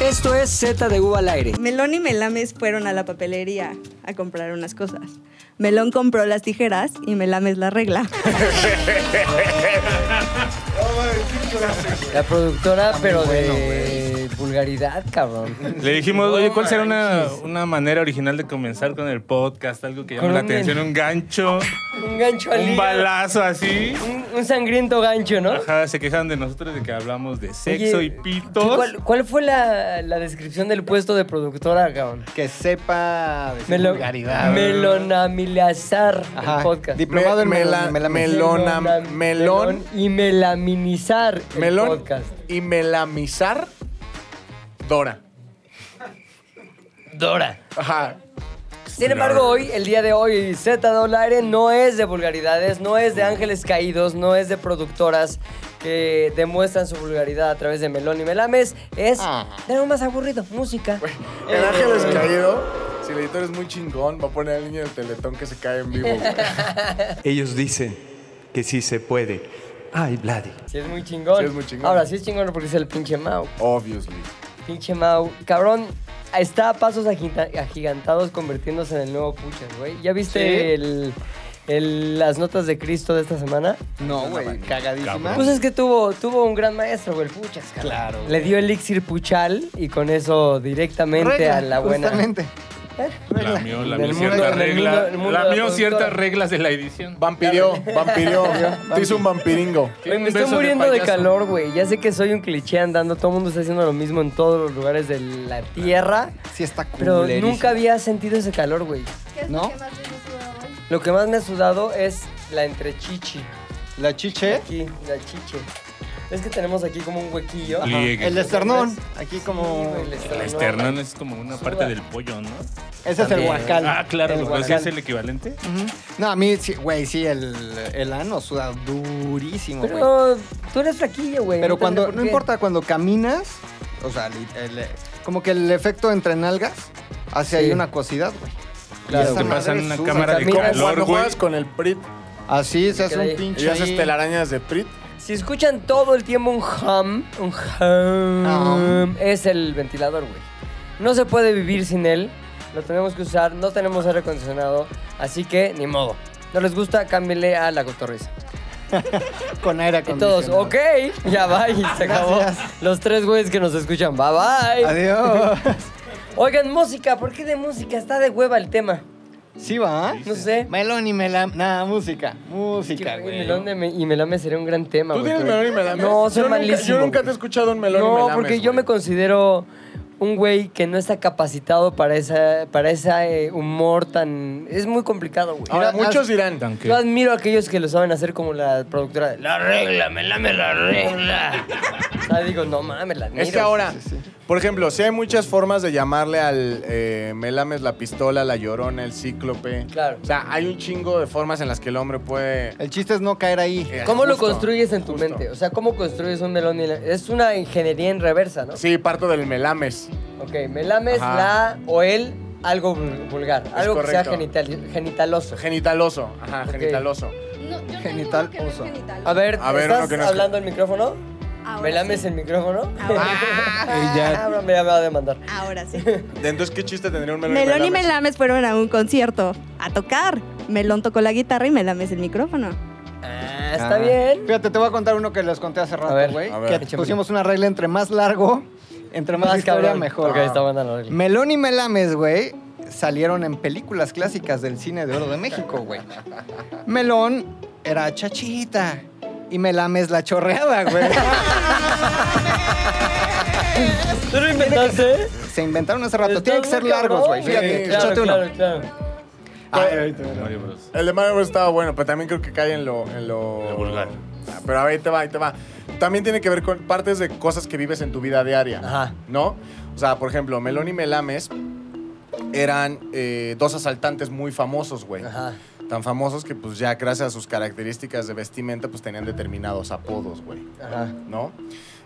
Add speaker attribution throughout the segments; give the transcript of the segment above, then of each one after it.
Speaker 1: Esto es Z de U al aire.
Speaker 2: Melón y Melames fueron a la papelería a comprar unas cosas. Melón compró las tijeras y Melames la regla.
Speaker 1: La productora, pero de vulgaridad, cabrón.
Speaker 3: Le dijimos, oye, ¿cuál será una, una manera original de comenzar con el podcast? Algo que llame
Speaker 4: Con
Speaker 3: la
Speaker 4: un-
Speaker 3: atención, un gancho,
Speaker 4: Un gancho al
Speaker 3: un
Speaker 4: hígado.
Speaker 3: balazo así.
Speaker 4: Un, un sangriento gancho, ¿no?
Speaker 3: Ajá, se quejan de nosotros de que hablamos de sexo
Speaker 4: Oye,
Speaker 3: y pitos.
Speaker 4: ¿Cuál, cuál fue la, la descripción del puesto de productora, cabrón?
Speaker 5: Que sepa decir
Speaker 4: Melo-
Speaker 5: vulgaridad.
Speaker 4: Melonamilazar
Speaker 5: Ajá.
Speaker 4: el podcast.
Speaker 5: Dip- Diplomado en
Speaker 6: mela-
Speaker 5: melón-
Speaker 6: melona,
Speaker 4: Melonam-
Speaker 6: melón,
Speaker 4: Y melaminizar el
Speaker 6: melón
Speaker 4: podcast.
Speaker 6: y melamizar Dora.
Speaker 4: Dora.
Speaker 6: Ajá.
Speaker 4: Sin embargo, hoy, el día de hoy, Z Dolare no es de vulgaridades, no es de ángeles caídos, no es de productoras que demuestran su vulgaridad a través de Melón y Melames, es
Speaker 6: Ah.
Speaker 4: de algo más aburrido, música.
Speaker 6: El
Speaker 4: Eh,
Speaker 6: ángel es caído. Si el editor es muy chingón, va a poner al niño del teletón que se cae en vivo. güey.
Speaker 7: Ellos dicen que sí se puede. Ay, Vladi.
Speaker 4: Sí es muy chingón.
Speaker 6: Sí es muy chingón.
Speaker 4: Ahora, sí es chingón porque es el pinche Mau.
Speaker 6: Obviously.
Speaker 4: Pinche Mau. Cabrón, está a pasos agita- agigantados convirtiéndose en el nuevo Puchas, güey. ¿Ya viste
Speaker 5: Sí.
Speaker 4: el- el- las notas de Cristo de esta semana?
Speaker 5: No, güey, cagadísima.
Speaker 4: Pues es que tuvo, tuvo un gran maestro, güey, el Puchas, cabrón.
Speaker 5: Claro,
Speaker 4: Le dio elixir puchal y con eso directamente
Speaker 5: Regla,
Speaker 4: a la buena. Eh,
Speaker 5: Justamente.
Speaker 3: La mío, la
Speaker 4: Del
Speaker 3: mío
Speaker 4: mundo-
Speaker 3: ciertas
Speaker 4: del mundo-
Speaker 3: reglas.
Speaker 4: del mundo
Speaker 3: La
Speaker 4: de la
Speaker 3: mío ciertas
Speaker 4: productora.
Speaker 3: reglas de la edición.
Speaker 6: Vampirió, vampirió. Te hizo un vampiringo.
Speaker 4: Güey,
Speaker 3: Un
Speaker 4: me estoy
Speaker 3: beso de
Speaker 4: muriendo de,
Speaker 3: payaso.
Speaker 4: calor, güey. Ya sé que soy un cliché andando. Todo el mundo está haciendo lo mismo en todos los lugares de la tierra.
Speaker 5: Sí está cool.
Speaker 4: Pero nunca había sentido ese calor, güey.
Speaker 2: ¿Qué es
Speaker 5: ¿No?
Speaker 2: lo que más les gusta hoy?
Speaker 4: Lo que más me ha sudado es la entrechichi.
Speaker 5: La chiche.
Speaker 4: Aquí, la chiche. Es que tenemos aquí como un huequillo.
Speaker 3: Ajá. Pliegue.
Speaker 5: El esternón. Aquí como.
Speaker 4: güey, el esternón.
Speaker 3: El esternón es como una parte del pollo, ¿no?
Speaker 4: Este
Speaker 5: Ese es el
Speaker 4: También.
Speaker 5: huacal.
Speaker 3: Ah, claro,
Speaker 5: El
Speaker 3: ¿lo
Speaker 5: huacal.
Speaker 3: conocías el equivalente?
Speaker 5: No, a mí, sí, güey, sí, el, el ano suda durísimo, güey. Pero,
Speaker 4: Pero tú eres flaquillo, güey. no
Speaker 5: cuando,
Speaker 4: tendría
Speaker 5: no
Speaker 4: por qué.
Speaker 5: importa, cuando caminas, o sea, li- el- eh, como que el efecto entre nalgas hace
Speaker 4: Sí.
Speaker 5: ahí una cosidad, güey.
Speaker 4: Claro,
Speaker 5: Y esa
Speaker 3: Te
Speaker 5: madre
Speaker 3: pasan una
Speaker 5: suda.
Speaker 3: cámara de
Speaker 4: Caminas
Speaker 6: Como
Speaker 3: calor,
Speaker 6: cuando
Speaker 3: güey.
Speaker 6: juegas con el Prit
Speaker 5: Así se hace
Speaker 4: Queda ahí.
Speaker 5: un pinche.
Speaker 6: y haces
Speaker 5: ahí.
Speaker 6: telarañas de Prit.
Speaker 4: Si escuchan todo el tiempo un hum, un hum,
Speaker 5: Hum.
Speaker 4: es el ventilador, güey. No se puede vivir sin él. Lo tenemos que usar, no tenemos aire acondicionado, así que ni modo. No les gusta, cámbiale a la cotorriza.
Speaker 5: con aire
Speaker 4: Y todos,
Speaker 5: acondicionado.
Speaker 4: ok, ya va y se acabó. Los tres güeyes que nos escuchan, bye bye.
Speaker 5: Adiós.
Speaker 4: Oigan, música, ¿por qué de música? Está de hueva el tema.
Speaker 5: Sí va.
Speaker 4: No sé.
Speaker 5: Melón y melam. Nada, música. Música,
Speaker 4: Melón
Speaker 5: güey.
Speaker 4: de me- y melame sería un gran tema,
Speaker 6: ¿Tú
Speaker 4: güey,
Speaker 6: tienes
Speaker 4: pero-
Speaker 6: melón y melames?
Speaker 4: No, soy
Speaker 6: yo nunca-
Speaker 4: malísimo.
Speaker 6: yo nunca
Speaker 4: güey.
Speaker 6: te he escuchado un melón y
Speaker 4: no,
Speaker 6: melames.
Speaker 4: porque yo me
Speaker 6: güey.
Speaker 4: considero un güey que no está capacitado para ese para esa, eh, humor tan... Es muy complicado, güey.
Speaker 6: Ahora,
Speaker 5: Mira,
Speaker 6: muchos dirán,
Speaker 3: Tan que-
Speaker 4: Yo admiro a aquellos que lo saben hacer como la productora. de, La regla, me lame la regla. o sea, digo, no mames, la admiro.
Speaker 6: Es que ahora, por ejemplo, sí hay muchas formas de llamarle al eh, melames la pistola, la llorona, el cíclope.
Speaker 4: Claro.
Speaker 6: O sea, hay un chingo de formas en las que el hombre puede.
Speaker 5: El chiste es no caer ahí.
Speaker 6: eh,
Speaker 4: ¿Cómo lo
Speaker 6: justo,
Speaker 4: construyes en tu
Speaker 6: justo.
Speaker 4: mente? O sea, ¿cómo construyes un melón? y la- Es una ingeniería en reversa, ¿no?
Speaker 6: Sí, parto del melames.
Speaker 4: Ok, me lames
Speaker 6: Ajá.
Speaker 4: la o él algo vul- vulgar. algo que sea
Speaker 6: correcto.
Speaker 4: genital- genitaloso.
Speaker 6: Genitaloso. Ajá,
Speaker 4: Ok.
Speaker 6: genitaloso.
Speaker 2: No, yo tengo
Speaker 5: Genital
Speaker 2: uno que no es
Speaker 5: oso.
Speaker 2: genital.
Speaker 4: A ver,
Speaker 6: A ver,
Speaker 4: ¿estás
Speaker 6: uno que no es-
Speaker 4: hablando el micrófono?
Speaker 2: Ahora
Speaker 4: ¿Me lames
Speaker 2: sí.
Speaker 4: el micrófono?
Speaker 2: Ahora,
Speaker 4: Ah, ahora me va a demandar.
Speaker 2: ahora sí.
Speaker 6: Entonces, ¿qué chiste tendría un melón?
Speaker 2: Melón y Melames fueron a un concierto a tocar. Melón tocó la guitarra y Melames el micrófono.
Speaker 4: Ah, está
Speaker 5: Ah.
Speaker 4: bien.
Speaker 5: Fíjate, te voy a contar uno que les conté hace rato,
Speaker 4: ver,
Speaker 5: güey.
Speaker 6: a ver.
Speaker 5: Que pusimos una regla entre más largo, entre más, historia, mejor.
Speaker 4: Ok, está buena la regla.
Speaker 5: Melón y Melames, güey, salieron en películas clásicas del cine de oro de México, güey. Melón era chachita y Melames la chorreada, güey.
Speaker 4: ¿Tú lo inventaste?
Speaker 5: Se inventaron hace rato. Tienen que ser largos, güey. Fíjate,
Speaker 4: claro,
Speaker 5: échate uno. Ah,
Speaker 4: Claro, claro.
Speaker 3: Mario Bros.
Speaker 6: El de Mario Bros estaba bueno, pero también creo que cae en lo. En lo...
Speaker 3: Lo vulgar.
Speaker 6: Ah, Pero a ver, ahí te va, ahí te va. También tiene que ver con partes de cosas que vives en tu vida diaria.
Speaker 4: Ajá.
Speaker 6: ¿No? O sea, por ejemplo, Melón y Melames eran eh, dos asaltantes muy famosos, güey.
Speaker 4: Ajá.
Speaker 6: Tan famosos que, pues, ya gracias a sus características de vestimenta, pues tenían determinados apodos, güey.
Speaker 4: Ajá.
Speaker 6: ¿No?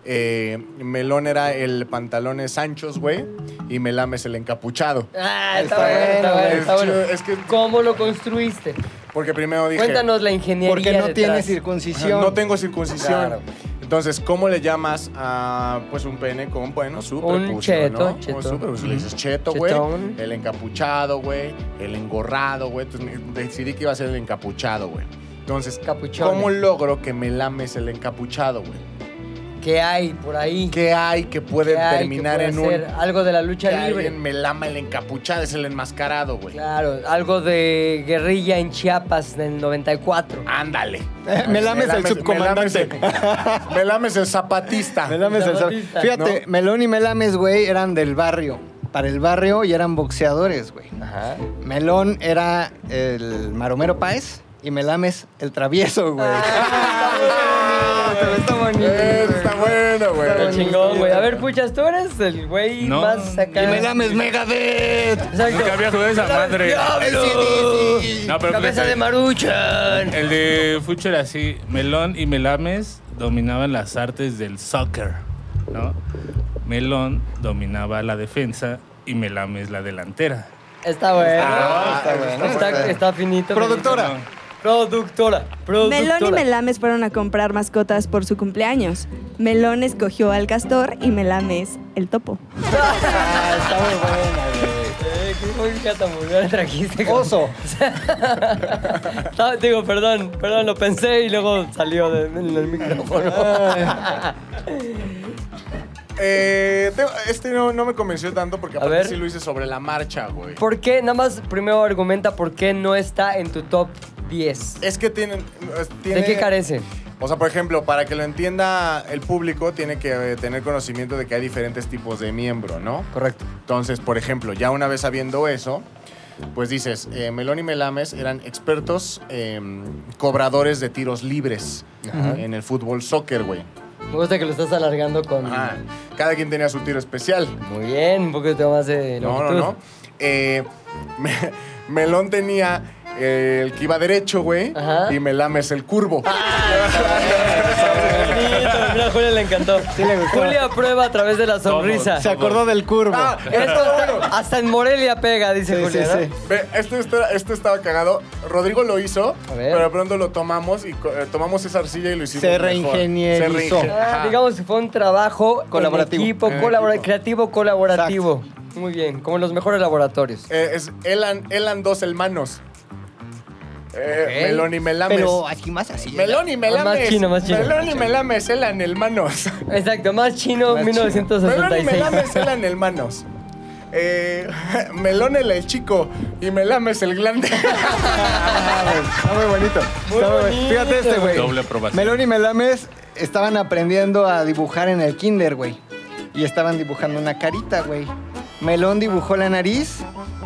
Speaker 6: Eh, Melón era el pantalones anchos, güey. Y Melames el encapuchado.
Speaker 4: Ah, está, bueno, está
Speaker 5: Está bueno,
Speaker 4: bueno,
Speaker 6: güey.
Speaker 4: está bueno.
Speaker 6: Es que-
Speaker 4: ¿Cómo lo construiste?
Speaker 6: Porque primero dije.
Speaker 4: Cuéntanos la ingeniería
Speaker 5: Porque no
Speaker 4: detrás.
Speaker 5: tiene
Speaker 6: Ajá,
Speaker 5: circuncisión.
Speaker 6: No tengo circuncisión.
Speaker 4: Claro.
Speaker 6: Entonces, ¿cómo le llamas a pues un pene con, bueno, superpucio,
Speaker 4: Un cheto,
Speaker 6: ¿no?
Speaker 4: cheto. Mm.
Speaker 6: Un superpucio. Le dices cheto, güey.
Speaker 4: Chetón.
Speaker 6: El encapuchado, güey. El engorrado, güey. Entonces, decidí que iba a ser el encapuchado, güey. Entonces,
Speaker 4: Capuchón.
Speaker 6: ¿cómo logro que me lames el encapuchado, güey?
Speaker 4: ¿Qué hay por ahí?
Speaker 6: ¿Qué hay que puede
Speaker 4: ¿Qué hay que
Speaker 6: terminar
Speaker 4: pueda
Speaker 6: en un...
Speaker 4: ser? Algo de la
Speaker 6: Que
Speaker 4: lucha libre.
Speaker 6: alguien me lama el encapuchado, es el enmascarado, güey.
Speaker 4: Claro, algo de guerrilla en Chiapas del 94.
Speaker 6: Ándale.
Speaker 5: me lames el subcomandante.
Speaker 6: Me lames el, me lames el zapatista.
Speaker 5: Me lames el sab-
Speaker 4: Zapatista.
Speaker 5: Fíjate, Melón y Melames, güey, eran del barrio. Para el barrio y eran boxeadores, güey.
Speaker 6: Ajá.
Speaker 5: Melón era el Maromero Páez y Melames el travieso, güey.
Speaker 4: Ah, Está bonito.
Speaker 6: Eso Eh, está bueno, güey.
Speaker 4: Qué chingón, güey. A ver, puchas, tú eres el güey
Speaker 3: No.
Speaker 4: más acá.
Speaker 5: Y Melames Megadeth.
Speaker 4: Exacto.
Speaker 3: Nunca había jugado esa madre. No, pero
Speaker 4: Cabeza de maruchan.
Speaker 3: el de Fucho era así. Melón y Melames dominaban las artes del soccer, ¿no? Melón dominaba la defensa y Melames la delantera.
Speaker 4: Está bueno.
Speaker 6: Ah,
Speaker 4: está,
Speaker 6: bueno,
Speaker 4: Está,
Speaker 6: bueno.
Speaker 4: está finito.
Speaker 5: Productora.
Speaker 4: finito. Productora. Productora.
Speaker 2: Melón y Melames fueron a comprar mascotas por su cumpleaños. Melón escogió al castor y Melames el topo.
Speaker 5: Ah, está muy buena, güey.
Speaker 4: Eh, qué música tan vulgar trajiste.
Speaker 5: Oso.
Speaker 4: Estaba- digo, perdón, perdón, lo pensé y luego salió de- en el micrófono.
Speaker 6: Eh, tengo- este no, no me convenció tanto porque
Speaker 4: A
Speaker 6: aparte
Speaker 4: ver.
Speaker 6: sí lo hice sobre la marcha, güey.
Speaker 4: ¿Por qué? Nada más primero argumenta por qué no está en tu top 10.
Speaker 6: Es que tienen... es-
Speaker 4: ¿De
Speaker 6: tiene-
Speaker 4: qué carece?
Speaker 6: O sea, por ejemplo, para que lo entienda el público, tiene que eh, tener conocimiento de que hay diferentes tipos de miembro, ¿no?
Speaker 4: Correcto.
Speaker 6: Entonces, por ejemplo, ya una vez sabiendo eso, pues dices, eh, Melón y Melames eran expertos eh, cobradores de tiros libres en el fútbol soccer, güey.
Speaker 4: Me gusta que lo estás alargando con.
Speaker 6: Ajá. Cada quien tenía su tiro especial.
Speaker 4: Muy bien, un poquito más de
Speaker 6: No, no,
Speaker 4: longitud.
Speaker 6: no. Eh, me- Melón tenía eh, el que iba derecho, güey,
Speaker 4: Ajá. Ah.
Speaker 6: y Melames el curvo.
Speaker 4: Bonito, mira, a Julia le encantó.
Speaker 5: le gustó.
Speaker 4: Julia aprueba a través de la sonrisa.
Speaker 5: Se acordó del curvo.
Speaker 6: Ah,
Speaker 4: Esto hasta, hasta en Morelia pega, dice
Speaker 5: Sí,
Speaker 4: Julia.
Speaker 5: sí,
Speaker 4: ¿no?
Speaker 5: sí.
Speaker 6: Ve, esto, está- esto estaba cagado. Rodrigo lo hizo,
Speaker 4: A ver.
Speaker 6: pero de pronto lo tomamos y co- eh, tomamos esa arcilla y lo hicimos.
Speaker 5: Se
Speaker 6: mejor.
Speaker 5: reingenierizó.
Speaker 6: Se reingen-
Speaker 4: Ah,
Speaker 6: Ajá.
Speaker 4: digamos que fue un trabajo en
Speaker 5: Colaborativo.
Speaker 4: equipo,
Speaker 6: En
Speaker 4: colabora-
Speaker 6: equipo.
Speaker 4: creativo colaborativo. Muy bien, como en los mejores laboratorios.
Speaker 6: Eh, es eran, eran dos hermanos. Eh,
Speaker 4: Ok.
Speaker 6: Melón y Melames.
Speaker 5: Pero aquí más así.
Speaker 6: Melón y Melames.
Speaker 4: más chino, más chino.
Speaker 6: Melón y Melames, eran hermanos.
Speaker 4: Exacto, más chino,
Speaker 5: Más chino.
Speaker 6: Melón y
Speaker 4: 1966.
Speaker 6: Melames eran hermanos. Eh, Melón el, el chico y Melames el grande.
Speaker 5: Está muy bonito.
Speaker 4: Muy
Speaker 5: Está muy bueno.
Speaker 4: bonito,
Speaker 5: Fíjate este, güey.
Speaker 3: Doble aprobación.
Speaker 5: Melón y Melames estaban aprendiendo a dibujar en el kinder, güey. Y estaban dibujando una carita, güey. Melón dibujó la nariz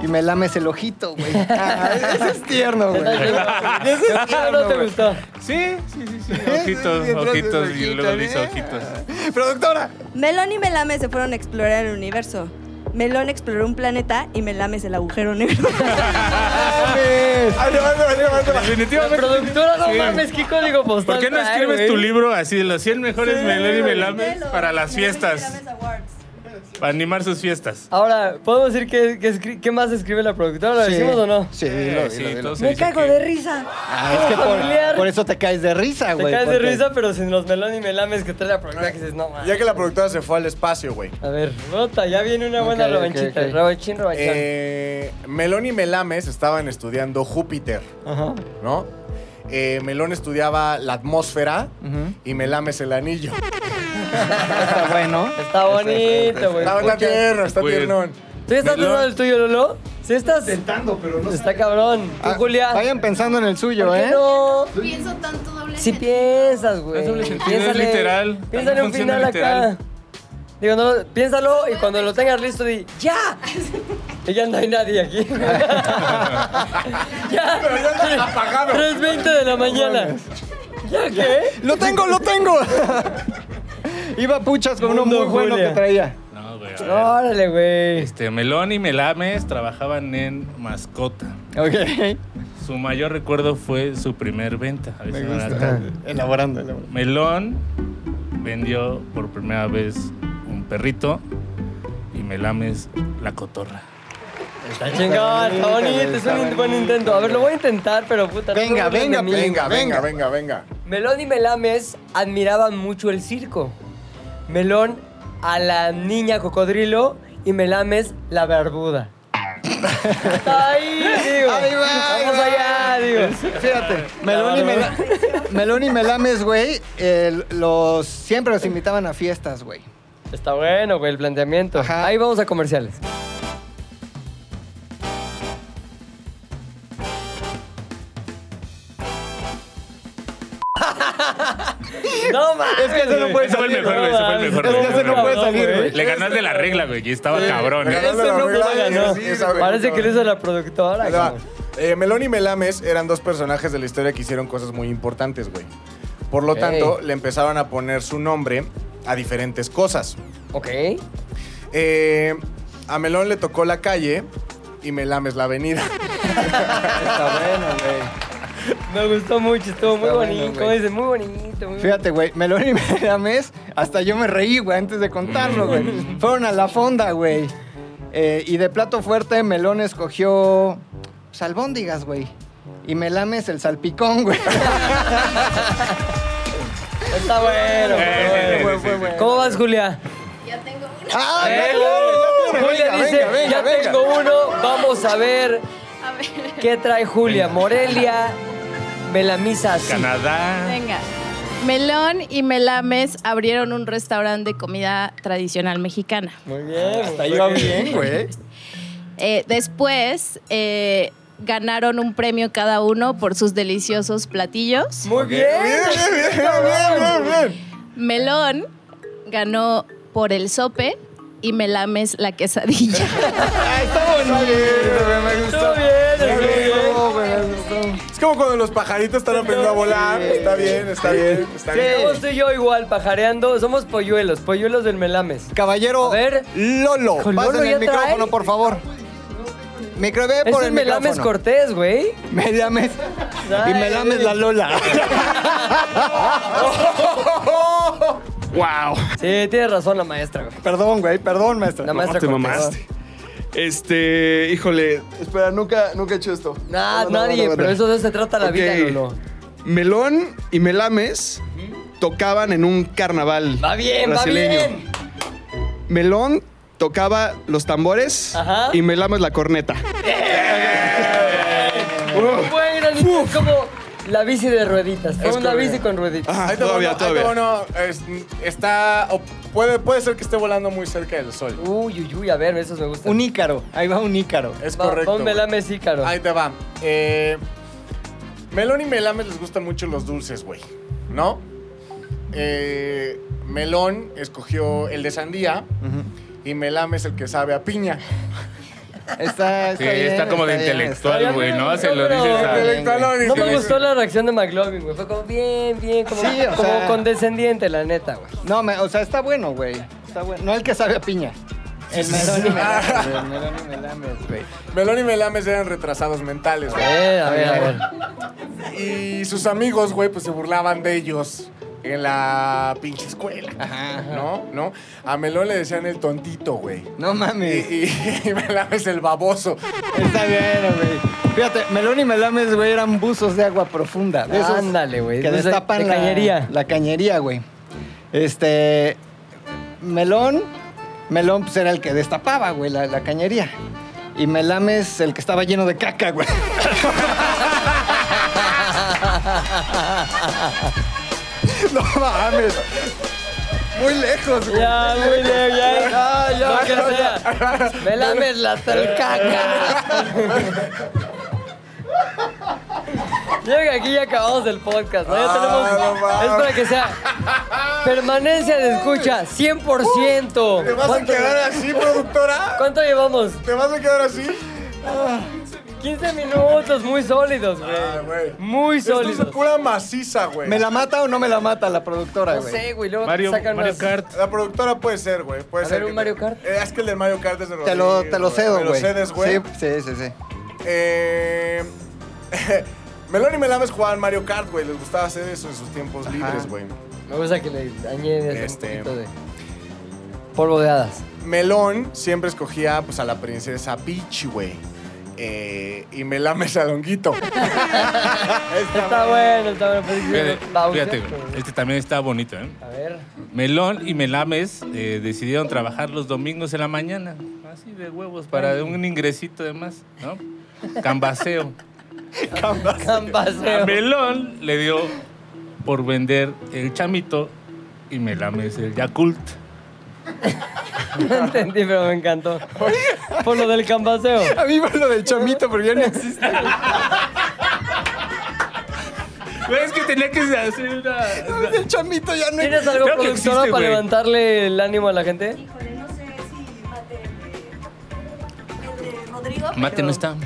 Speaker 5: y Melames el ojito, güey. Ah, Eso es tierno, güey.
Speaker 4: ¿Por qué Ah, no te gustó?
Speaker 3: Sí, sí, sí, sí.
Speaker 5: Sí, sí,
Speaker 3: Ojitos,
Speaker 5: entonces,
Speaker 3: ojitos y
Speaker 5: ojitos,
Speaker 3: luego le hizo
Speaker 5: ¿eh?
Speaker 3: ojitos.
Speaker 5: ¡Productora!
Speaker 2: Melón y Melames se fueron a explorar el universo. Melón exploró un planeta y Melames el agujero negro.
Speaker 5: ¡Mames!
Speaker 6: Ay, no, no, no, no, no.
Speaker 4: La
Speaker 3: Definitivamente.
Speaker 4: productora, no
Speaker 3: Sí.
Speaker 4: mames, ¿qué código postal
Speaker 3: ¿Por qué no
Speaker 4: trae,
Speaker 3: escribes
Speaker 5: ¿eh?
Speaker 4: güey?
Speaker 3: tu libro así de los 100 mejores Melón y Melames
Speaker 2: Melo,
Speaker 3: para las
Speaker 2: Melón y
Speaker 3: fiestas?
Speaker 2: Melames Awards.
Speaker 3: Para animar sus fiestas.
Speaker 4: Ahora, ¿podemos decir qué, qué escri- qué más escribe la productora? ¿Lo
Speaker 5: Sí.
Speaker 4: decimos o no?
Speaker 5: Sí, dilo,
Speaker 3: Eh,
Speaker 5: dilo,
Speaker 3: sí,
Speaker 5: dilo.
Speaker 3: todo se
Speaker 4: Me
Speaker 3: dice
Speaker 4: cago
Speaker 3: que-
Speaker 4: de risa.
Speaker 5: Ah, es que
Speaker 4: Familiar.
Speaker 5: por, por eso te caes de risa,
Speaker 4: Te
Speaker 5: güey.
Speaker 4: caes de
Speaker 5: porque-
Speaker 4: risa, pero sin los melón y melames que trae la productora que dices, no mames.
Speaker 6: Ya que la productora se fue al espacio, güey.
Speaker 4: A ver, bota, ya viene una buena
Speaker 5: Ok, ok,
Speaker 4: revanchita.
Speaker 5: ok.
Speaker 4: Revanchín, revanchón.
Speaker 6: Eh, Melón y Melames estaban estudiando Júpiter,
Speaker 5: Ajá.
Speaker 6: ¿no? Eh, Melón estudiaba la atmósfera
Speaker 5: Ujú.
Speaker 6: y Melames el anillo.
Speaker 5: Está bueno.
Speaker 4: Está bonito, güey.
Speaker 6: Está, está tierno, está
Speaker 4: pues,
Speaker 3: Muy bien.
Speaker 6: tiernón.
Speaker 4: ¿Tú ya estás
Speaker 3: Melón.
Speaker 4: viendo el tuyo, Lolo? Sí estás. Intentando, pero no Está cabrón. Tú,
Speaker 5: Ah,
Speaker 4: Julia.
Speaker 5: Vayan pensando en el suyo,
Speaker 4: ¿Por qué
Speaker 5: ¿eh?
Speaker 4: no?
Speaker 8: Pienso tanto doble
Speaker 4: Si piensas, güey.
Speaker 3: Es doble sentido,
Speaker 4: Piénsale-
Speaker 3: es literal.
Speaker 4: Piénsale un
Speaker 3: Funciona
Speaker 4: final acá.
Speaker 3: literal.
Speaker 4: Digo, no, lo- piénsalo y cuando lo tengas listo di, ¡ya! Y ya no hay nadie aquí. ya.
Speaker 6: Pero ya está apagado.
Speaker 4: 3.20 de la mañana. ¿Ya qué?
Speaker 5: ¡Lo tengo, lo tengo! Iba puchas con uno
Speaker 4: Mundo
Speaker 5: muy bueno
Speaker 4: Julia.
Speaker 5: que traía.
Speaker 3: No, güey. a ver.
Speaker 4: Órale, güey.
Speaker 3: Este, Melón y Melames trabajaban en mascota.
Speaker 5: Ok.
Speaker 3: Su mayor recuerdo fue su primer venta. A ver si me la alcanza.
Speaker 5: Elaborando, elaborando.
Speaker 3: Melón vendió por primera vez un perrito y Melames la cotorra.
Speaker 4: Está chingón, está bonito, es un in- buen intento. A ver, lo voy a intentar, pero puta. no
Speaker 5: Venga,
Speaker 4: me burlen de
Speaker 5: venga,
Speaker 4: mí.
Speaker 6: Venga, venga, venga, venga.
Speaker 4: Melón y Melames admiraban mucho el circo. Melón a la niña cocodrilo y Melames la barbuda. Ahí, digo.
Speaker 5: Ahí va, ahí
Speaker 4: Vamos
Speaker 5: va.
Speaker 4: allá, digo.
Speaker 5: Fíjate, Melón y, Mela- Melón y Melames, güey, eh, los, siempre los invitaban a fiestas, güey.
Speaker 4: Está bueno, güey, el planteamiento.
Speaker 5: Ajá.
Speaker 4: Ahí vamos a comerciales. no mames. Es que
Speaker 5: eso no puede
Speaker 3: Ese fue el mejor, güey. Ese fue el mejor.
Speaker 5: Es que
Speaker 3: güey.
Speaker 5: ese no puede salir, güey.
Speaker 3: Le ganaste la regla, güey. Y estaba cabrón.
Speaker 6: le
Speaker 3: ¿eh?
Speaker 6: ganaste
Speaker 4: Eso no
Speaker 6: la
Speaker 4: puede
Speaker 6: regla,
Speaker 4: ganar.
Speaker 6: sí, esa vez,
Speaker 4: Parece que
Speaker 6: cabrón.
Speaker 4: lo hizo la productora.
Speaker 6: Ahí va.
Speaker 4: cabrón.
Speaker 6: Eh, Melón y Melames eran dos personajes de la historia que hicieron cosas muy importantes, güey. Por lo
Speaker 4: Ok.
Speaker 6: tanto, le empezaron a poner su nombre a diferentes cosas.
Speaker 4: Ok.
Speaker 6: Eh, a Melón le tocó la calle y Melames la avenida.
Speaker 5: Está bueno, güey.
Speaker 4: Me gustó mucho, estuvo muy
Speaker 5: Está bueno,
Speaker 4: bonito.
Speaker 5: güey.
Speaker 4: dice, muy bonito. Muy
Speaker 5: Fíjate, güey, Melón y Melames, hasta yo me reí, güey, antes de contarlo, güey. Fueron a la fonda, güey. Eh, y de plato fuerte, Melón escogió salbóndigas, güey. Y Melames el salpicón, güey.
Speaker 4: bonito. Está bueno.
Speaker 3: Eh,
Speaker 4: güey.
Speaker 3: sí, sí, sí, sí.
Speaker 4: ¿Cómo vas, Julia?
Speaker 8: Ya tengo una.
Speaker 5: ¡Ah,
Speaker 4: Eh,
Speaker 5: Melón!
Speaker 4: Julia
Speaker 5: Venga,
Speaker 4: dice,
Speaker 5: venga, venga,
Speaker 4: ya
Speaker 5: venga.
Speaker 4: tengo uno, vamos a ver
Speaker 8: A ver.
Speaker 4: qué trae Julia. Morelia, Melamisa, sí.
Speaker 3: Canadá.
Speaker 8: Venga. Melón y Melames abrieron un restaurante de comida tradicional mexicana.
Speaker 4: Muy bien,
Speaker 5: Hasta iba bien, güey.
Speaker 8: Eh, después eh, ganaron un premio cada uno por sus deliciosos platillos.
Speaker 4: Muy bien.
Speaker 8: Melón ganó por el sope y Melames la quesadilla.
Speaker 5: Ah, está bonito, güey, me
Speaker 4: Estuvo
Speaker 5: gustó.
Speaker 4: bien, estuvo
Speaker 5: Me
Speaker 4: bien.
Speaker 5: gustó, güey, me gustó.
Speaker 6: Es como cuando los pajaritos están aprendiendo a volar. Está bien, está bien, está
Speaker 4: Sí,
Speaker 6: bien.
Speaker 4: Somos tú y yo igual, pajareando. Somos polluelos, polluelos del Melames.
Speaker 5: Caballero
Speaker 4: A ver.
Speaker 5: Lolo,
Speaker 4: Con Lolo
Speaker 5: pasen
Speaker 4: ya
Speaker 5: el micrófono,
Speaker 4: trae.
Speaker 5: por favor. Microbe
Speaker 4: Ese
Speaker 5: por
Speaker 4: es
Speaker 5: el
Speaker 4: Melames
Speaker 5: micrófono.
Speaker 4: Cortés, güey.
Speaker 5: Me lames.
Speaker 4: Ay,
Speaker 5: y me lames la Lola.
Speaker 9: ¡Wow!
Speaker 4: Sí, tiene razón la maestra, güey.
Speaker 5: perdón, güey, perdón, maestro.
Speaker 4: La maestra
Speaker 9: te
Speaker 4: Cortés.
Speaker 9: mamaste. Este, híjole. Espera, nunca, nunca he hecho esto.
Speaker 4: Nah,
Speaker 9: No, no, no,
Speaker 4: nadie,
Speaker 9: no, no.
Speaker 4: pero eso no se trata la
Speaker 9: Ok.
Speaker 4: vida, Lolo.
Speaker 9: Melón y Melames tocaban en un carnaval.
Speaker 4: Va bien, va
Speaker 9: brasileño.
Speaker 4: bien.
Speaker 9: Melón tocaba los tambores
Speaker 4: Ajá.
Speaker 9: y Melames la corneta.
Speaker 4: Un buen granito, es como la bici de rueditas. Fue
Speaker 6: Es
Speaker 4: una bici
Speaker 6: correcto.
Speaker 4: con rueditas.
Speaker 9: Ah,
Speaker 6: Ahí te va
Speaker 9: todavía,
Speaker 6: uno, ahí te
Speaker 9: todavía.
Speaker 6: va uno, es- está. o puede, puede ser que esté volando muy cerca del sol.
Speaker 4: Uy, uy, uy, a ver, esos me gustan.
Speaker 5: Un ícaro. Ahí va un ícaro.
Speaker 6: Es
Speaker 4: Va-
Speaker 6: correcto.
Speaker 4: Pon
Speaker 6: güey.
Speaker 4: Melames Ícaro.
Speaker 6: Ahí te va. Eh, Melón y Melames les gustan mucho los dulces, güey. ¿No? Eh, Melón escogió el de sandía y Melames el que sabe a piña.
Speaker 5: Está, está
Speaker 3: Sí,
Speaker 5: bien,
Speaker 3: está como de
Speaker 5: bien,
Speaker 3: intelectual,
Speaker 4: bien.
Speaker 3: güey, ¿no?
Speaker 4: Está
Speaker 3: Se lo
Speaker 4: bien,
Speaker 3: dices
Speaker 4: pero-
Speaker 3: a...
Speaker 6: Intelectualón,
Speaker 4: No
Speaker 6: sí,
Speaker 4: me
Speaker 6: sí.
Speaker 4: gustó la reacción de McLovin, güey. Fue como bien, bien, como,
Speaker 5: Sí, o
Speaker 4: como
Speaker 5: sea-
Speaker 4: condescendiente, la neta, güey.
Speaker 5: está- No, me- o sea, está bueno, güey. Está bueno. No el que sabe a piña. El melón y me lames, güey, El melón y me lames, güey.
Speaker 6: Melón y Melames eran retrasados mentales, güey.
Speaker 4: Eh, a ver, a ver.
Speaker 6: Y sus amigos, güey, pues se burlaban de ellos en la pinche escuela.
Speaker 5: Ah,
Speaker 6: ¿No? ¿No? A Melón le decían el tontito, güey.
Speaker 5: No
Speaker 6: Y,
Speaker 5: mames.
Speaker 6: y- y Melames el baboso.
Speaker 5: Está bien, güey. Fíjate, melón y melames, güey, eran buzos de agua profunda. De esos
Speaker 4: Ándale, güey.
Speaker 5: Que
Speaker 4: De-
Speaker 5: destapan
Speaker 4: de
Speaker 5: la
Speaker 4: cañería.
Speaker 5: La cañería, güey. Este. Melón. Melón, pues era el que destapaba, güey, la, la cañería. Y melames, el que estaba lleno de caca, güey. no mames. Muy lejos, güey.
Speaker 4: Ya, muy bien, ya. Ya, ya. Lo que sea. Me lames la talcaca. Yo creo que aquí ya acabamos el podcast, ¿no?
Speaker 6: Ah,
Speaker 4: Ya tenemos... es para que sea permanencia de escucha, 100%.
Speaker 6: ¿Te vas a
Speaker 4: ¿Cuánto-
Speaker 6: quedar así, productora?
Speaker 4: ¿Cuánto llevamos?
Speaker 6: ¿Te vas a quedar así?
Speaker 4: 15 minutos, muy sólidos, güey.
Speaker 6: Ah, güey.
Speaker 4: Muy
Speaker 6: Esto es
Speaker 4: sólidos.
Speaker 6: pura maciza, güey.
Speaker 5: ¿Me la mata o no me la mata la productora,
Speaker 4: No
Speaker 5: güey?
Speaker 4: sé, güey, luego
Speaker 3: Mario,
Speaker 4: sacan
Speaker 3: Mario
Speaker 4: unas-
Speaker 3: Kart.
Speaker 6: La productora puede ser, güey. Puede
Speaker 4: A
Speaker 6: ser
Speaker 4: ver,
Speaker 6: que
Speaker 4: un
Speaker 6: te-
Speaker 4: Mario Kart.
Speaker 6: Eh, es que el del Mario Kart es de
Speaker 5: Te lo, te lo
Speaker 6: Rodrigo,
Speaker 5: cedo,
Speaker 6: Me
Speaker 5: güey.
Speaker 6: lo cedes, güey.
Speaker 5: Sí, sí, sí, sí.
Speaker 6: Eh, Melón y Melames jugaban Mario Kart, güey. Les gustaba hacer eso en sus tiempos libres, güey.
Speaker 4: Me gusta que le añades
Speaker 6: Este.
Speaker 4: un poquito de polvo de hadas.
Speaker 6: Melón siempre escogía pues, a la princesa Peach, güey. eh, y me lames al honguito.
Speaker 4: Está bueno, está bueno. Pues,
Speaker 3: Fíjate,
Speaker 4: Bauer,
Speaker 3: fíjate,
Speaker 4: ¿no?
Speaker 3: güey, este también está bonito, ¿eh?
Speaker 4: A ver.
Speaker 3: Melón y Melames eh, decidieron trabajar los domingos en la mañana, así de huevos, para un ingresito de más, ¿no? Cambaseo. A
Speaker 4: Campaseo.
Speaker 3: Melón le dio por vender el chamito y Melames el Yakult.
Speaker 4: No entendí, pero me encantó. Por lo del campaseo.
Speaker 5: A mí por lo del chamito, porque ya no existe.
Speaker 3: Güey, Es que tenía que hacer una...
Speaker 5: El chamito ya no
Speaker 4: ¿Tienes algo
Speaker 3: Creo que
Speaker 4: productora
Speaker 3: existe,
Speaker 4: para
Speaker 3: güey.
Speaker 4: levantarle el ánimo a la gente?
Speaker 2: Híjole, no sé si mate el de, el de Rodrigo.
Speaker 3: Mate
Speaker 2: pero
Speaker 3: no está.
Speaker 2: el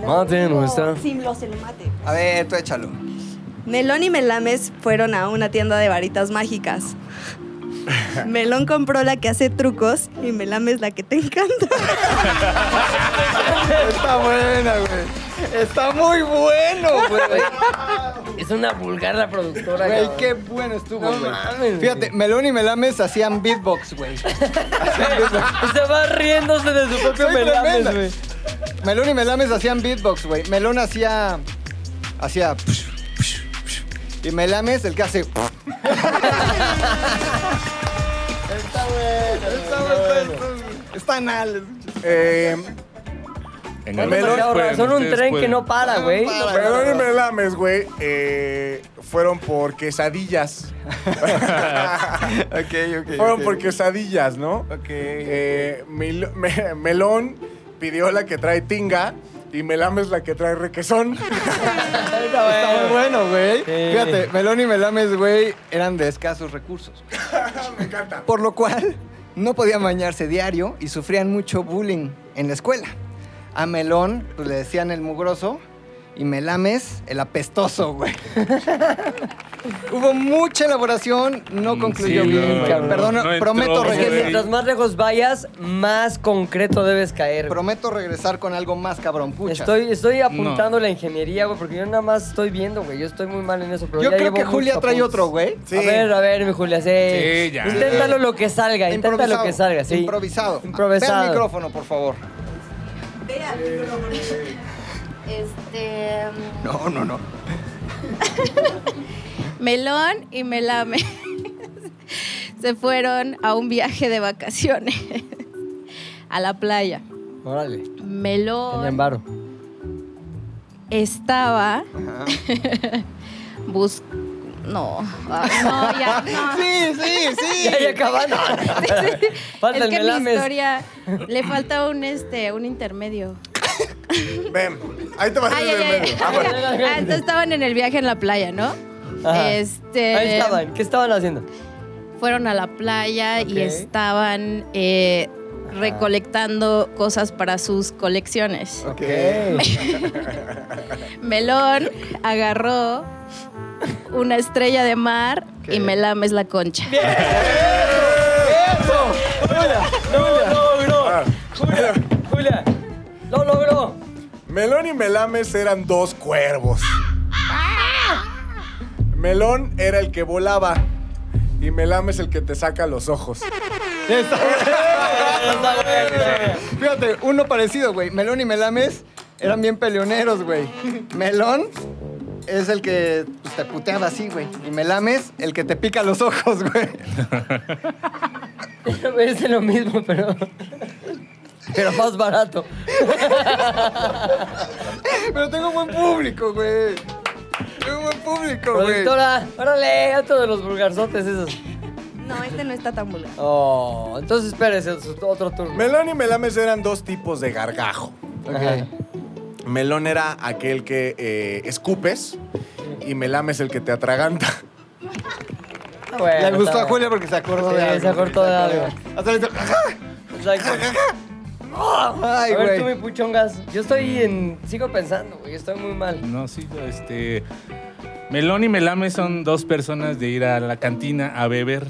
Speaker 2: de
Speaker 4: Mate no
Speaker 2: Rodrigo
Speaker 4: está.
Speaker 2: Sí, lo se lo mate.
Speaker 5: A ver, tú échalo.
Speaker 2: Melón y Melames fueron a una tienda de varitas mágicas. Melón compró la que hace trucos y Melames la que te encanta.
Speaker 5: Está buena, güey. Está muy bueno, güey.
Speaker 4: Es una vulgar la productora.
Speaker 5: Güey,
Speaker 4: cabrón.
Speaker 5: qué bueno estuvo,
Speaker 4: No
Speaker 5: güey.
Speaker 4: mames,
Speaker 5: Fíjate, Melón y Melames hacían beatbox, güey.
Speaker 4: Se va riéndose de su propio
Speaker 5: Soy
Speaker 4: melames,
Speaker 5: tremenda.
Speaker 4: güey.
Speaker 5: Melón y Melames hacían beatbox, güey. Melón hacía... Hacía... Y Melames el que hace... Está bueno. Está anal.
Speaker 6: Eh,
Speaker 3: En
Speaker 4: Son
Speaker 3: algún-
Speaker 4: demasiado
Speaker 3: pueden,
Speaker 4: raros, pues Son un
Speaker 3: pues, ustedes
Speaker 4: tren que
Speaker 3: pueden.
Speaker 4: no para, güey.
Speaker 6: Melón y me lames, güey, eh, fueron por quesadillas.
Speaker 5: Ok, ok.
Speaker 6: Fueron
Speaker 5: ok.
Speaker 6: por quesadillas, ¿no?
Speaker 5: Ok.
Speaker 6: Eh, Mil- me- melón pidió la que trae tinga y Melames la que trae requesón.
Speaker 5: Está muy bueno, güey. Fíjate, Melón y Melames, güey, eran de escasos recursos.
Speaker 6: Me encanta.
Speaker 5: Por lo cual, no podían bañarse diario y sufrían mucho bullying en la escuela. A Melón pues, le decían el mugroso y Melames el apestoso, güey. Hubo mucha elaboración, no
Speaker 3: Mm,
Speaker 5: concluyó
Speaker 3: sí,
Speaker 5: bien,
Speaker 3: no,
Speaker 5: cabrón.
Speaker 3: no,
Speaker 5: Perdón,
Speaker 3: no entró,
Speaker 5: prometo,
Speaker 4: Es
Speaker 3: güey.
Speaker 4: que
Speaker 5: regresar,
Speaker 4: mientras más lejos vayas, más concreto debes caer. güey.
Speaker 5: prometo regresar con algo más cabrón, pucha.
Speaker 4: Estoy, estoy apuntando la ingeniería, güey, porque yo nada más estoy viendo, güey. Yo estoy muy mal en eso, pero
Speaker 5: Yo
Speaker 4: ya
Speaker 5: creo
Speaker 4: llevo
Speaker 5: que
Speaker 4: muchos
Speaker 5: Julia trae
Speaker 4: apuntes.
Speaker 5: otro, güey.
Speaker 6: Sí.
Speaker 4: A ver, a ver, mi Julia, sí.
Speaker 3: Sí, ya.
Speaker 4: Inténtalo lo que salga, inténtalo lo que salga, sí.
Speaker 5: Improvisado. Ve al
Speaker 4: Improvisado.
Speaker 5: micrófono, por favor.
Speaker 8: Este. mm,
Speaker 5: No, no, no.
Speaker 8: Melón y Melame se fueron a un viaje de vacaciones a la playa.
Speaker 4: Órale. Tenían
Speaker 8: Melón
Speaker 4: varo.
Speaker 8: estaba. Bus. No. ay, no, ya, no.
Speaker 5: Sí, sí, sí.
Speaker 4: Ya, ya acabando. Falta
Speaker 8: es
Speaker 4: el
Speaker 8: que mi
Speaker 4: melames.
Speaker 8: historia le falta un este un intermedio.
Speaker 6: Ven, ahí te vas a
Speaker 8: Ay,
Speaker 6: ir
Speaker 8: ay,
Speaker 6: del
Speaker 8: ay.
Speaker 6: medio.
Speaker 8: Ah,
Speaker 6: Vámonos.
Speaker 8: entonces estaban en el viaje en la playa, ¿no?
Speaker 4: Ajá.
Speaker 8: Este
Speaker 4: Ahí estaban. ¿Qué estaban haciendo?
Speaker 8: fueron a la playa
Speaker 4: Ok.
Speaker 8: y estaban eh, recolectando cosas para sus colecciones.
Speaker 4: Ok.
Speaker 8: Melón agarró una estrella de mar y Melames la concha.
Speaker 4: ¡Lo logró! Julia, Julia, lo logró.
Speaker 6: Melón y Melames eran dos cuervos. Melón era el que volaba y Melames el que te saca los ojos.
Speaker 5: Fíjate, uno parecido, güey. Melón y Melames eran bien peleoneros, güey. Melón es el que pues, te puteaba así, güey. Y Melames, el que te pica los ojos, güey.
Speaker 4: Es lo mismo, pero. Pero más barato.
Speaker 5: Pero tengo buen público, güey. Tengo buen público, güey.
Speaker 4: Productora, órale, otro de los vulgarzotes esos.
Speaker 2: No, este no está tan vulgar.
Speaker 4: Oh, entonces espérese su- otro turno.
Speaker 6: Melón y Melames eran dos tipos de gargajo.
Speaker 4: Ajá.
Speaker 6: Melón era aquel que eh, escupes y Melames el que te atraganta.
Speaker 4: Ah, bueno,
Speaker 5: Le gustó
Speaker 4: está
Speaker 5: a
Speaker 4: bien.
Speaker 5: Julia porque se acordó
Speaker 4: Sí,
Speaker 5: de algo.
Speaker 4: se acordó de algo.
Speaker 5: Hasta le hizo, "Ajá".
Speaker 4: Exacto.
Speaker 5: Ay,
Speaker 4: Pues a ver, tú,
Speaker 5: güey.
Speaker 4: mi puchongas. Yo estoy en. Sigo pensando, güey. Estoy muy mal.
Speaker 3: No, sí, no, este... Melón y Melame son dos personas de ir a la cantina a beber.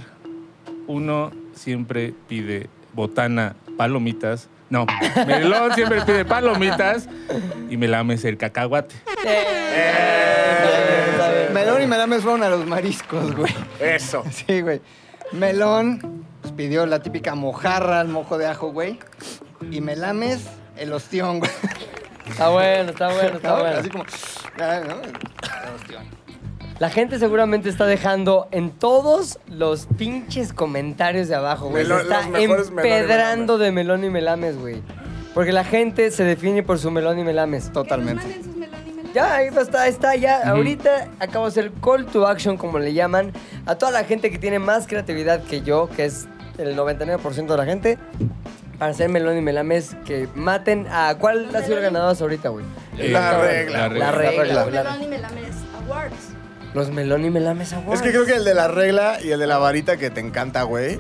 Speaker 3: Uno siempre pide botana, palomitas. No, Melón siempre pide palomitas y Melame es el cacahuate.
Speaker 5: Melón y Melames fueron a los mariscos, güey.
Speaker 6: Eso.
Speaker 5: Sí, güey. Melón pues, pidió la típica mojarra, el mojo de ajo, güey. Y Melames, el ostión, güey.
Speaker 4: Está bueno, está bueno, está
Speaker 5: ¿no?
Speaker 4: bueno.
Speaker 5: Así como. ah, ¿no?
Speaker 4: La gente seguramente está dejando en todos los pinches comentarios de abajo, güey. Se
Speaker 6: Melo-
Speaker 4: está
Speaker 6: los mejores melón y
Speaker 4: empedrando de melón y melames, güey. Porque la gente se define por su melón y melames.
Speaker 5: Totalmente.
Speaker 8: Que nos manden sus melón y melames.
Speaker 4: Ya, ahí está, está, ya. Ahorita acabo de hacer el call to action, como le llaman, a toda la gente que tiene más creatividad que yo, que es el 99% de la gente, para hacer melón y melames que maten a... ¿Cuál ha sido el ganador hasta ahorita, güey?
Speaker 6: La
Speaker 3: Eh, La
Speaker 6: regla.
Speaker 4: La
Speaker 3: regla.
Speaker 4: regla.
Speaker 5: regla.
Speaker 4: güey, la-
Speaker 8: Melón y melames awards.
Speaker 4: Los melón y melames awards.
Speaker 6: Es que creo que el de la regla y el de la varita que te encanta, güey,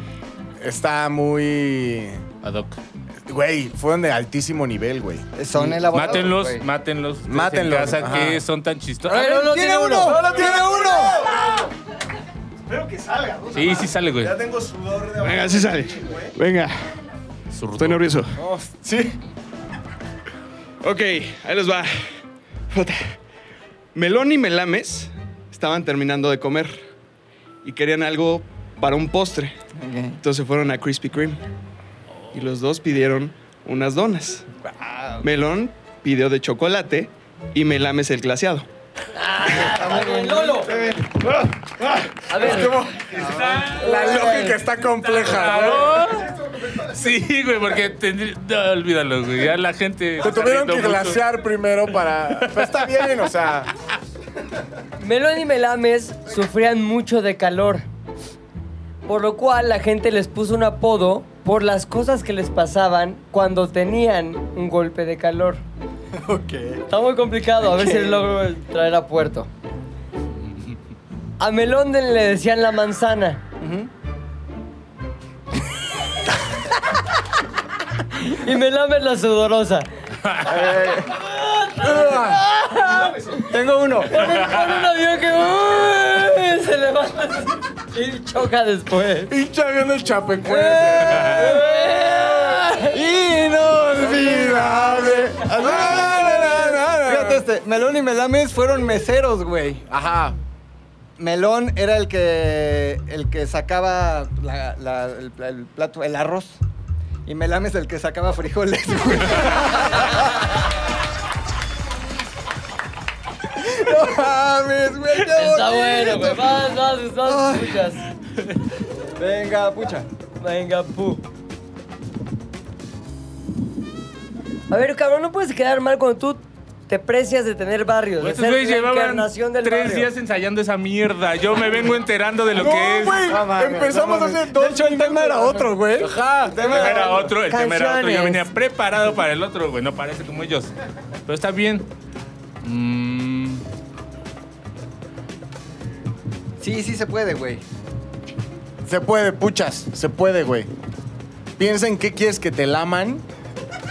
Speaker 6: está muy...
Speaker 3: Ad hoc.
Speaker 6: Güey, fueron de altísimo nivel, güey.
Speaker 5: Son elaborados.
Speaker 3: Mátenlos,
Speaker 5: güey.
Speaker 3: mátenlos. ustedes
Speaker 6: Mátenlos,
Speaker 3: En casa
Speaker 6: ajá.
Speaker 3: que son tan chistosos.
Speaker 4: A ver, no, no, tiene uno.
Speaker 6: ¡Solo tiene uno!
Speaker 10: Espero que salga. puta
Speaker 3: Sí,
Speaker 10: madre.
Speaker 3: sí sale, güey.
Speaker 10: Ya tengo sudor de
Speaker 9: Venga, sí sale.
Speaker 10: güey.
Speaker 9: Venga,
Speaker 3: Zurdo.
Speaker 9: estoy nervioso.
Speaker 6: Oh, sí.
Speaker 9: Ok, ahí les va. Puta. Melón y Melames estaban terminando de comer y querían algo para un postre.
Speaker 5: Ok.
Speaker 9: Entonces fueron a Krispy Kreme y los dos pidieron unas donas. Melón pidió de chocolate y Melames el glaseado.
Speaker 4: Lolo. A ver,
Speaker 6: La lógica está compleja, ¿no?
Speaker 3: Sí, güey, porque tendría- no, olvídalo, güey. Ya la gente.
Speaker 6: Te tuvieron
Speaker 3: está
Speaker 6: que
Speaker 3: riendo mucho.
Speaker 6: glasear primero para... Pero está bien, o sea...
Speaker 4: Melón y Melames sufrían mucho de calor, por lo cual la gente les puso un apodo por las cosas que les pasaban cuando tenían un golpe de calor. Está muy complicado, a ver si logro traer a puerto. A Melón de- le decían la manzana. y Melames la sudorosa.
Speaker 5: Tengo uno.
Speaker 4: Por un, por un avión que ¡uy! se levanta así y choca después.
Speaker 6: Pinche avión el chapecuete. Inolvidable.
Speaker 5: Fíjate este. Melón y Melames fueron meseros, güey.
Speaker 6: Ajá.
Speaker 5: Melón era el que, el que sacaba la- la- el, el plato, el arroz. Y Melames el que sacaba frijoles, güey. No mames, güey, qué
Speaker 4: Está
Speaker 5: bonito.
Speaker 4: bueno, güey. Vas, vas, vas,
Speaker 5: Ay.
Speaker 4: escuchas.
Speaker 5: Venga, pucha.
Speaker 4: Venga, pu. A ver, cabrón, no puedes quedar mal cuando tú te precias de tener barrios, de
Speaker 3: Estos
Speaker 4: ser
Speaker 3: güeyes
Speaker 4: la
Speaker 3: llevaban
Speaker 4: encarnación del
Speaker 3: tres
Speaker 4: barrio.
Speaker 3: días ensayando esa mierda. Yo me vengo enterando de lo
Speaker 6: No,
Speaker 3: que es.
Speaker 6: güey.
Speaker 5: No mames,
Speaker 6: Empezamos
Speaker 5: no
Speaker 6: a
Speaker 5: mames.
Speaker 6: hacer dos.
Speaker 5: De hecho, el tema era otro, güey.
Speaker 6: Ajá.
Speaker 3: El tema era otro, el tema era otro. Yo
Speaker 4: Canciones.
Speaker 3: venía preparado para el otro, güey. No parece como ellos. Pero está bien. Mm,
Speaker 5: Sí, sí se puede, güey.
Speaker 6: Se puede, puchas. Se puede, güey. Piensa en qué quieres que te laman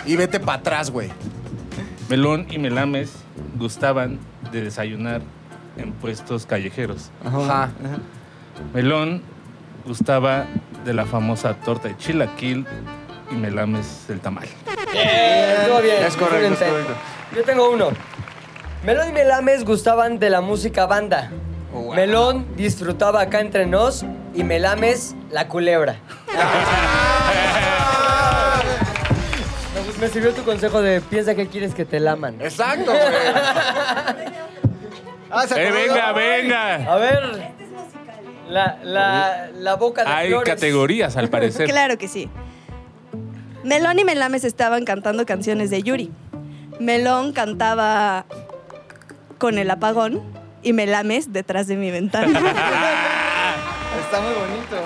Speaker 6: y vete para atrás, güey.
Speaker 3: melón y melames gustaban de desayunar en puestos callejeros.
Speaker 6: Ajá.
Speaker 3: Melón gustaba de la famosa torta de chilaquil y melames del tamal.
Speaker 4: Eh, Todo bien.
Speaker 6: Es correcto, es
Speaker 4: excelente.
Speaker 6: correcto.
Speaker 4: Yo tengo uno. Melón y Melames gustaban de la música banda. Melón disfrutaba acá entre nos y Melames la culebra. Me gu- Me sirvió tu consejo de piensa que quieres que te laman.
Speaker 6: Exacto, güey.
Speaker 5: Ah, se
Speaker 3: ¡Eh,
Speaker 5: acabó.
Speaker 3: venga, venga!
Speaker 4: A ver.
Speaker 2: Este ¿eh?
Speaker 4: La, la, la boca de
Speaker 3: Hay
Speaker 4: flores.
Speaker 3: categorías, al parecer.
Speaker 2: Claro que sí. Melón y Melames estaban cantando canciones de Yuri. Melón cantaba con el apagón y Melames detrás de mi ventana.
Speaker 5: Está muy bonito.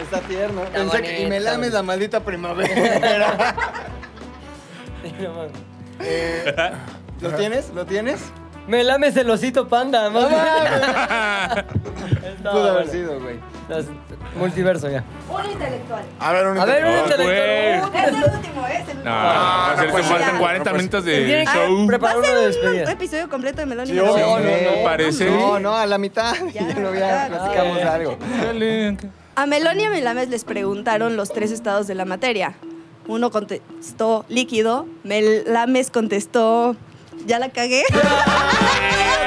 Speaker 5: Está tierno. Pensé que- y
Speaker 4: bonito.
Speaker 5: me lames la maldita primavera.
Speaker 4: No mames.
Speaker 5: ¿Lo tienes? ¿Lo tienes?
Speaker 4: Melames el osito panda. Más Está
Speaker 5: Pudo haber
Speaker 4: bueno.
Speaker 5: sido, güey.
Speaker 4: Las- Multiverso ya.
Speaker 2: Un intelectual.
Speaker 6: A ver, un
Speaker 4: A ver, un
Speaker 3: Ay,
Speaker 4: intelectual.
Speaker 2: Es el último, es el último.
Speaker 3: Ah, No, pues va a
Speaker 6: Eh.
Speaker 3: hacer
Speaker 6: no puede
Speaker 3: que faltan
Speaker 2: ser.
Speaker 3: 40 minutos de
Speaker 4: Tiene que
Speaker 3: show.
Speaker 2: Va
Speaker 4: preparar
Speaker 2: a
Speaker 4: uno
Speaker 2: ser
Speaker 4: de
Speaker 2: un
Speaker 4: despedida.
Speaker 2: episodio completo de Melón y
Speaker 6: Sí,
Speaker 2: Melames.
Speaker 6: obvio.
Speaker 5: No, no,
Speaker 3: me parece.
Speaker 5: No, no, a la mitad. Ya,
Speaker 2: Ya,
Speaker 5: lo
Speaker 2: ya,
Speaker 5: ya platicamos
Speaker 4: ya.
Speaker 5: algo.
Speaker 3: Dale.
Speaker 2: A Melón y a Melames les preguntaron los tres estados de la materia. Uno contestó líquido, Melames contestó... ¿Ya la cagué?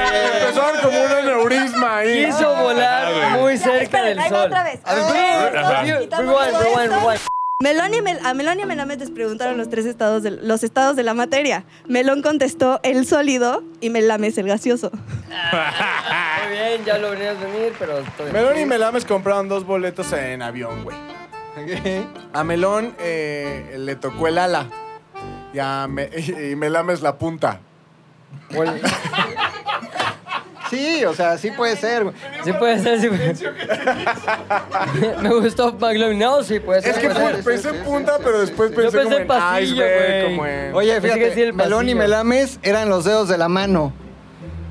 Speaker 6: Empezaron como un aneurisma ahí.
Speaker 4: Quiso volar muy cerca
Speaker 2: Esperen,
Speaker 4: del
Speaker 2: ahí va
Speaker 4: sol.
Speaker 2: otra vez.
Speaker 4: A ver,
Speaker 2: Otra vez,
Speaker 3: Ajá.
Speaker 2: quitamos
Speaker 4: Rewind,
Speaker 2: todo
Speaker 4: rewind,
Speaker 2: esto.
Speaker 4: rewind.
Speaker 2: Melón y Mel- a Melón y a Melames les preguntaron los tres estados de, los estados de la materia. Melón contestó el sólido y Melames el gaseoso.
Speaker 4: Muy bien, ya lo venías venir, pero estoy.
Speaker 6: Melón y Melames compraron dos boletos en avión, güey. A Melón eh, le tocó el ala y, a Me- y Melames la punta.
Speaker 5: Sí, o sea, sí puede ser. güey.
Speaker 4: Sí puede ser, sí puede ser. Me gustó McLovin. No, sí puede ser.
Speaker 6: Es que
Speaker 4: puede ser.
Speaker 6: pu- pensé en punta, pero después
Speaker 4: Yo
Speaker 6: pensé,
Speaker 4: pensé en
Speaker 6: como en
Speaker 4: pasillo,
Speaker 6: iceberg,
Speaker 4: güey.
Speaker 6: como en...
Speaker 5: Oye,
Speaker 4: Pensé que sí,
Speaker 5: fíjate,
Speaker 4: el
Speaker 5: melón y
Speaker 4: pasillo.
Speaker 5: melames eran los dedos de la mano.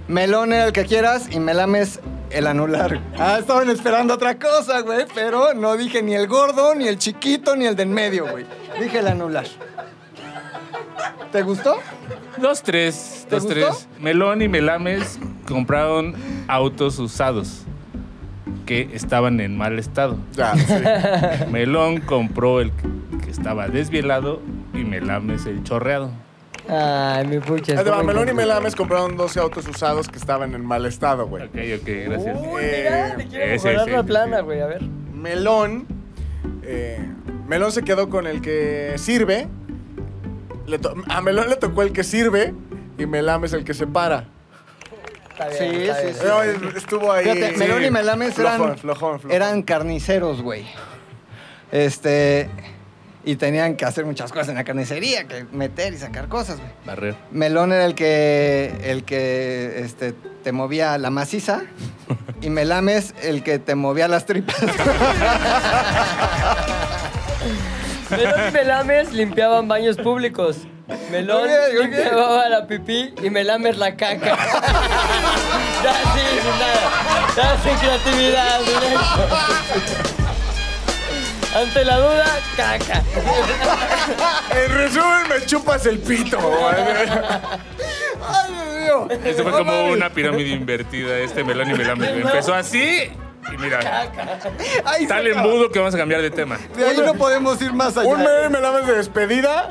Speaker 5: Melón era el que quieras y melames el anular. Ah, estaban esperando otra cosa, güey, pero no dije ni el gordo, ni el chiquito, ni el de en medio, güey. Dije el anular. ¿Te gustó?
Speaker 3: Dos, tres,
Speaker 5: ¿Te
Speaker 3: dos,
Speaker 5: gustó?
Speaker 3: tres. Melón y Melames compraron autos usados que estaban en mal estado.
Speaker 6: Ya, sí.
Speaker 3: Melón compró el que estaba desvielado y Melames el chorreado.
Speaker 4: Ay, mi pucha.
Speaker 6: Ahí te va,
Speaker 4: estuvo
Speaker 6: Melón y
Speaker 4: increíble.
Speaker 6: Melames compraron 12 autos usados que estaban en mal estado, güey.
Speaker 3: Ok, ok, gracias.
Speaker 5: Oh.
Speaker 4: Uy,
Speaker 6: Eh,
Speaker 4: mira, le quiero mejorar
Speaker 3: ese, ese,
Speaker 4: la
Speaker 3: ese,
Speaker 4: plana,
Speaker 3: ese.
Speaker 4: güey, a ver.
Speaker 6: Melón. eh, Melón se quedó con el que sirve. Le to- a Melón le tocó el que sirve y Melame es el que se para.
Speaker 4: Está bien,
Speaker 5: Sí,
Speaker 4: está
Speaker 5: sí,
Speaker 4: bien.
Speaker 5: sí.
Speaker 6: No, Estuvo ahí.
Speaker 5: Fíjate,
Speaker 6: sí.
Speaker 5: Melón y Melames eran,
Speaker 6: Flojón, flojón, flojón.
Speaker 5: eran carniceros, güey. Este. Y tenían que hacer muchas cosas en la carnicería, que meter y sacar cosas, güey.
Speaker 3: Barrer.
Speaker 5: Melón era el que, el que este, te movía la maciza y Melames el que te movía las tripas.
Speaker 4: Melón y Melames limpiaban baños públicos. Melón
Speaker 5: Muy bien, muy bien.
Speaker 4: limpiaba la pipí y Melames la caca. ya sí, sin nada. Ya sin creatividad, directo. Ante la duda, caca.
Speaker 6: En resumen, me chupas el pito. güey.
Speaker 3: Esto
Speaker 5: Oh,
Speaker 3: fue como una pirámide invertida, este melón y melame. Empezó así y mira,
Speaker 5: Ahí
Speaker 3: tal
Speaker 5: se acaba.
Speaker 3: embudo que vamos a cambiar de tema.
Speaker 5: De ahí no podemos ir más allá.
Speaker 6: Un Melón y Melames de despedida.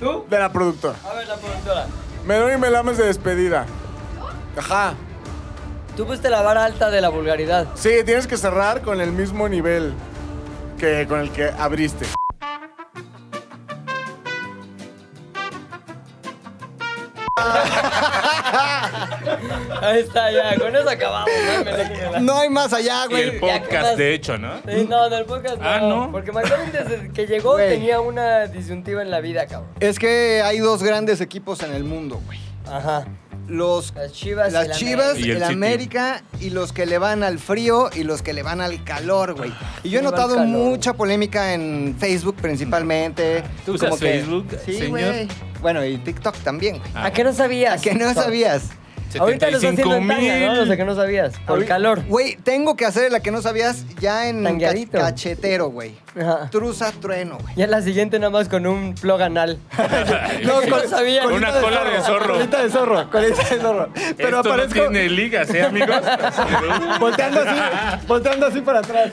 Speaker 4: ¿Tú?
Speaker 6: De la productora.
Speaker 4: A ver, la productora.
Speaker 6: Melón y Melames de despedida. Ajá.
Speaker 4: Tú pusiste la vara alta de la vulgaridad.
Speaker 6: Sí, tienes que cerrar con el mismo nivel que con el que abriste.
Speaker 4: Ahí está, ya. Con eso acabamos. ¿no? Melón y Melames.
Speaker 5: No hay más allá,
Speaker 3: Y el
Speaker 5: güey.
Speaker 3: podcast, de hecho, ¿no?
Speaker 4: Sí, no, del podcast
Speaker 3: Ah,
Speaker 4: no.
Speaker 3: ¿no?
Speaker 4: Porque McLovin desde que llegó
Speaker 5: Güey.
Speaker 4: tenía una disyuntiva en la vida, cabrón.
Speaker 5: Es que hay dos grandes equipos en el mundo, güey.
Speaker 4: Ajá.
Speaker 5: Los
Speaker 4: Las chivas. y
Speaker 5: las
Speaker 4: la
Speaker 5: Chivas,
Speaker 3: América. Y
Speaker 5: el,
Speaker 3: el City.
Speaker 5: América y los que le van al frío y los que le van al calor, güey. Y yo he
Speaker 4: Le va al
Speaker 5: notado
Speaker 4: calor.
Speaker 5: mucha polémica en Facebook principalmente.
Speaker 3: ¿Tú usas Facebook,
Speaker 5: Sí,
Speaker 3: señor?
Speaker 5: güey. Bueno, y TikTok también, güey.
Speaker 3: Ah,
Speaker 4: América. ¿A qué no sabías?
Speaker 5: ¿A que no sabías?
Speaker 4: Ahorita lo estás haciendo en
Speaker 3: 75
Speaker 4: tanga, ¿no? Los de que no sabías. Por
Speaker 5: Ahorita-
Speaker 4: calor.
Speaker 5: Güey, tengo que hacer la que no sabías ya en
Speaker 4: Tangueadito. Ah.
Speaker 5: ca- cachetero, güey.
Speaker 4: Ajá.
Speaker 5: Truza trueno, güey.
Speaker 4: Ya la siguiente nada más con un plug anal.
Speaker 5: No,
Speaker 4: no sabía.
Speaker 3: con una cola de zorro.
Speaker 5: Colita de zorro, colita de zorro. Pero
Speaker 3: Pero Esto
Speaker 5: aparezco
Speaker 3: no tiene ligas, ¿eh, amigos?
Speaker 5: volteando así, volteando así para atrás.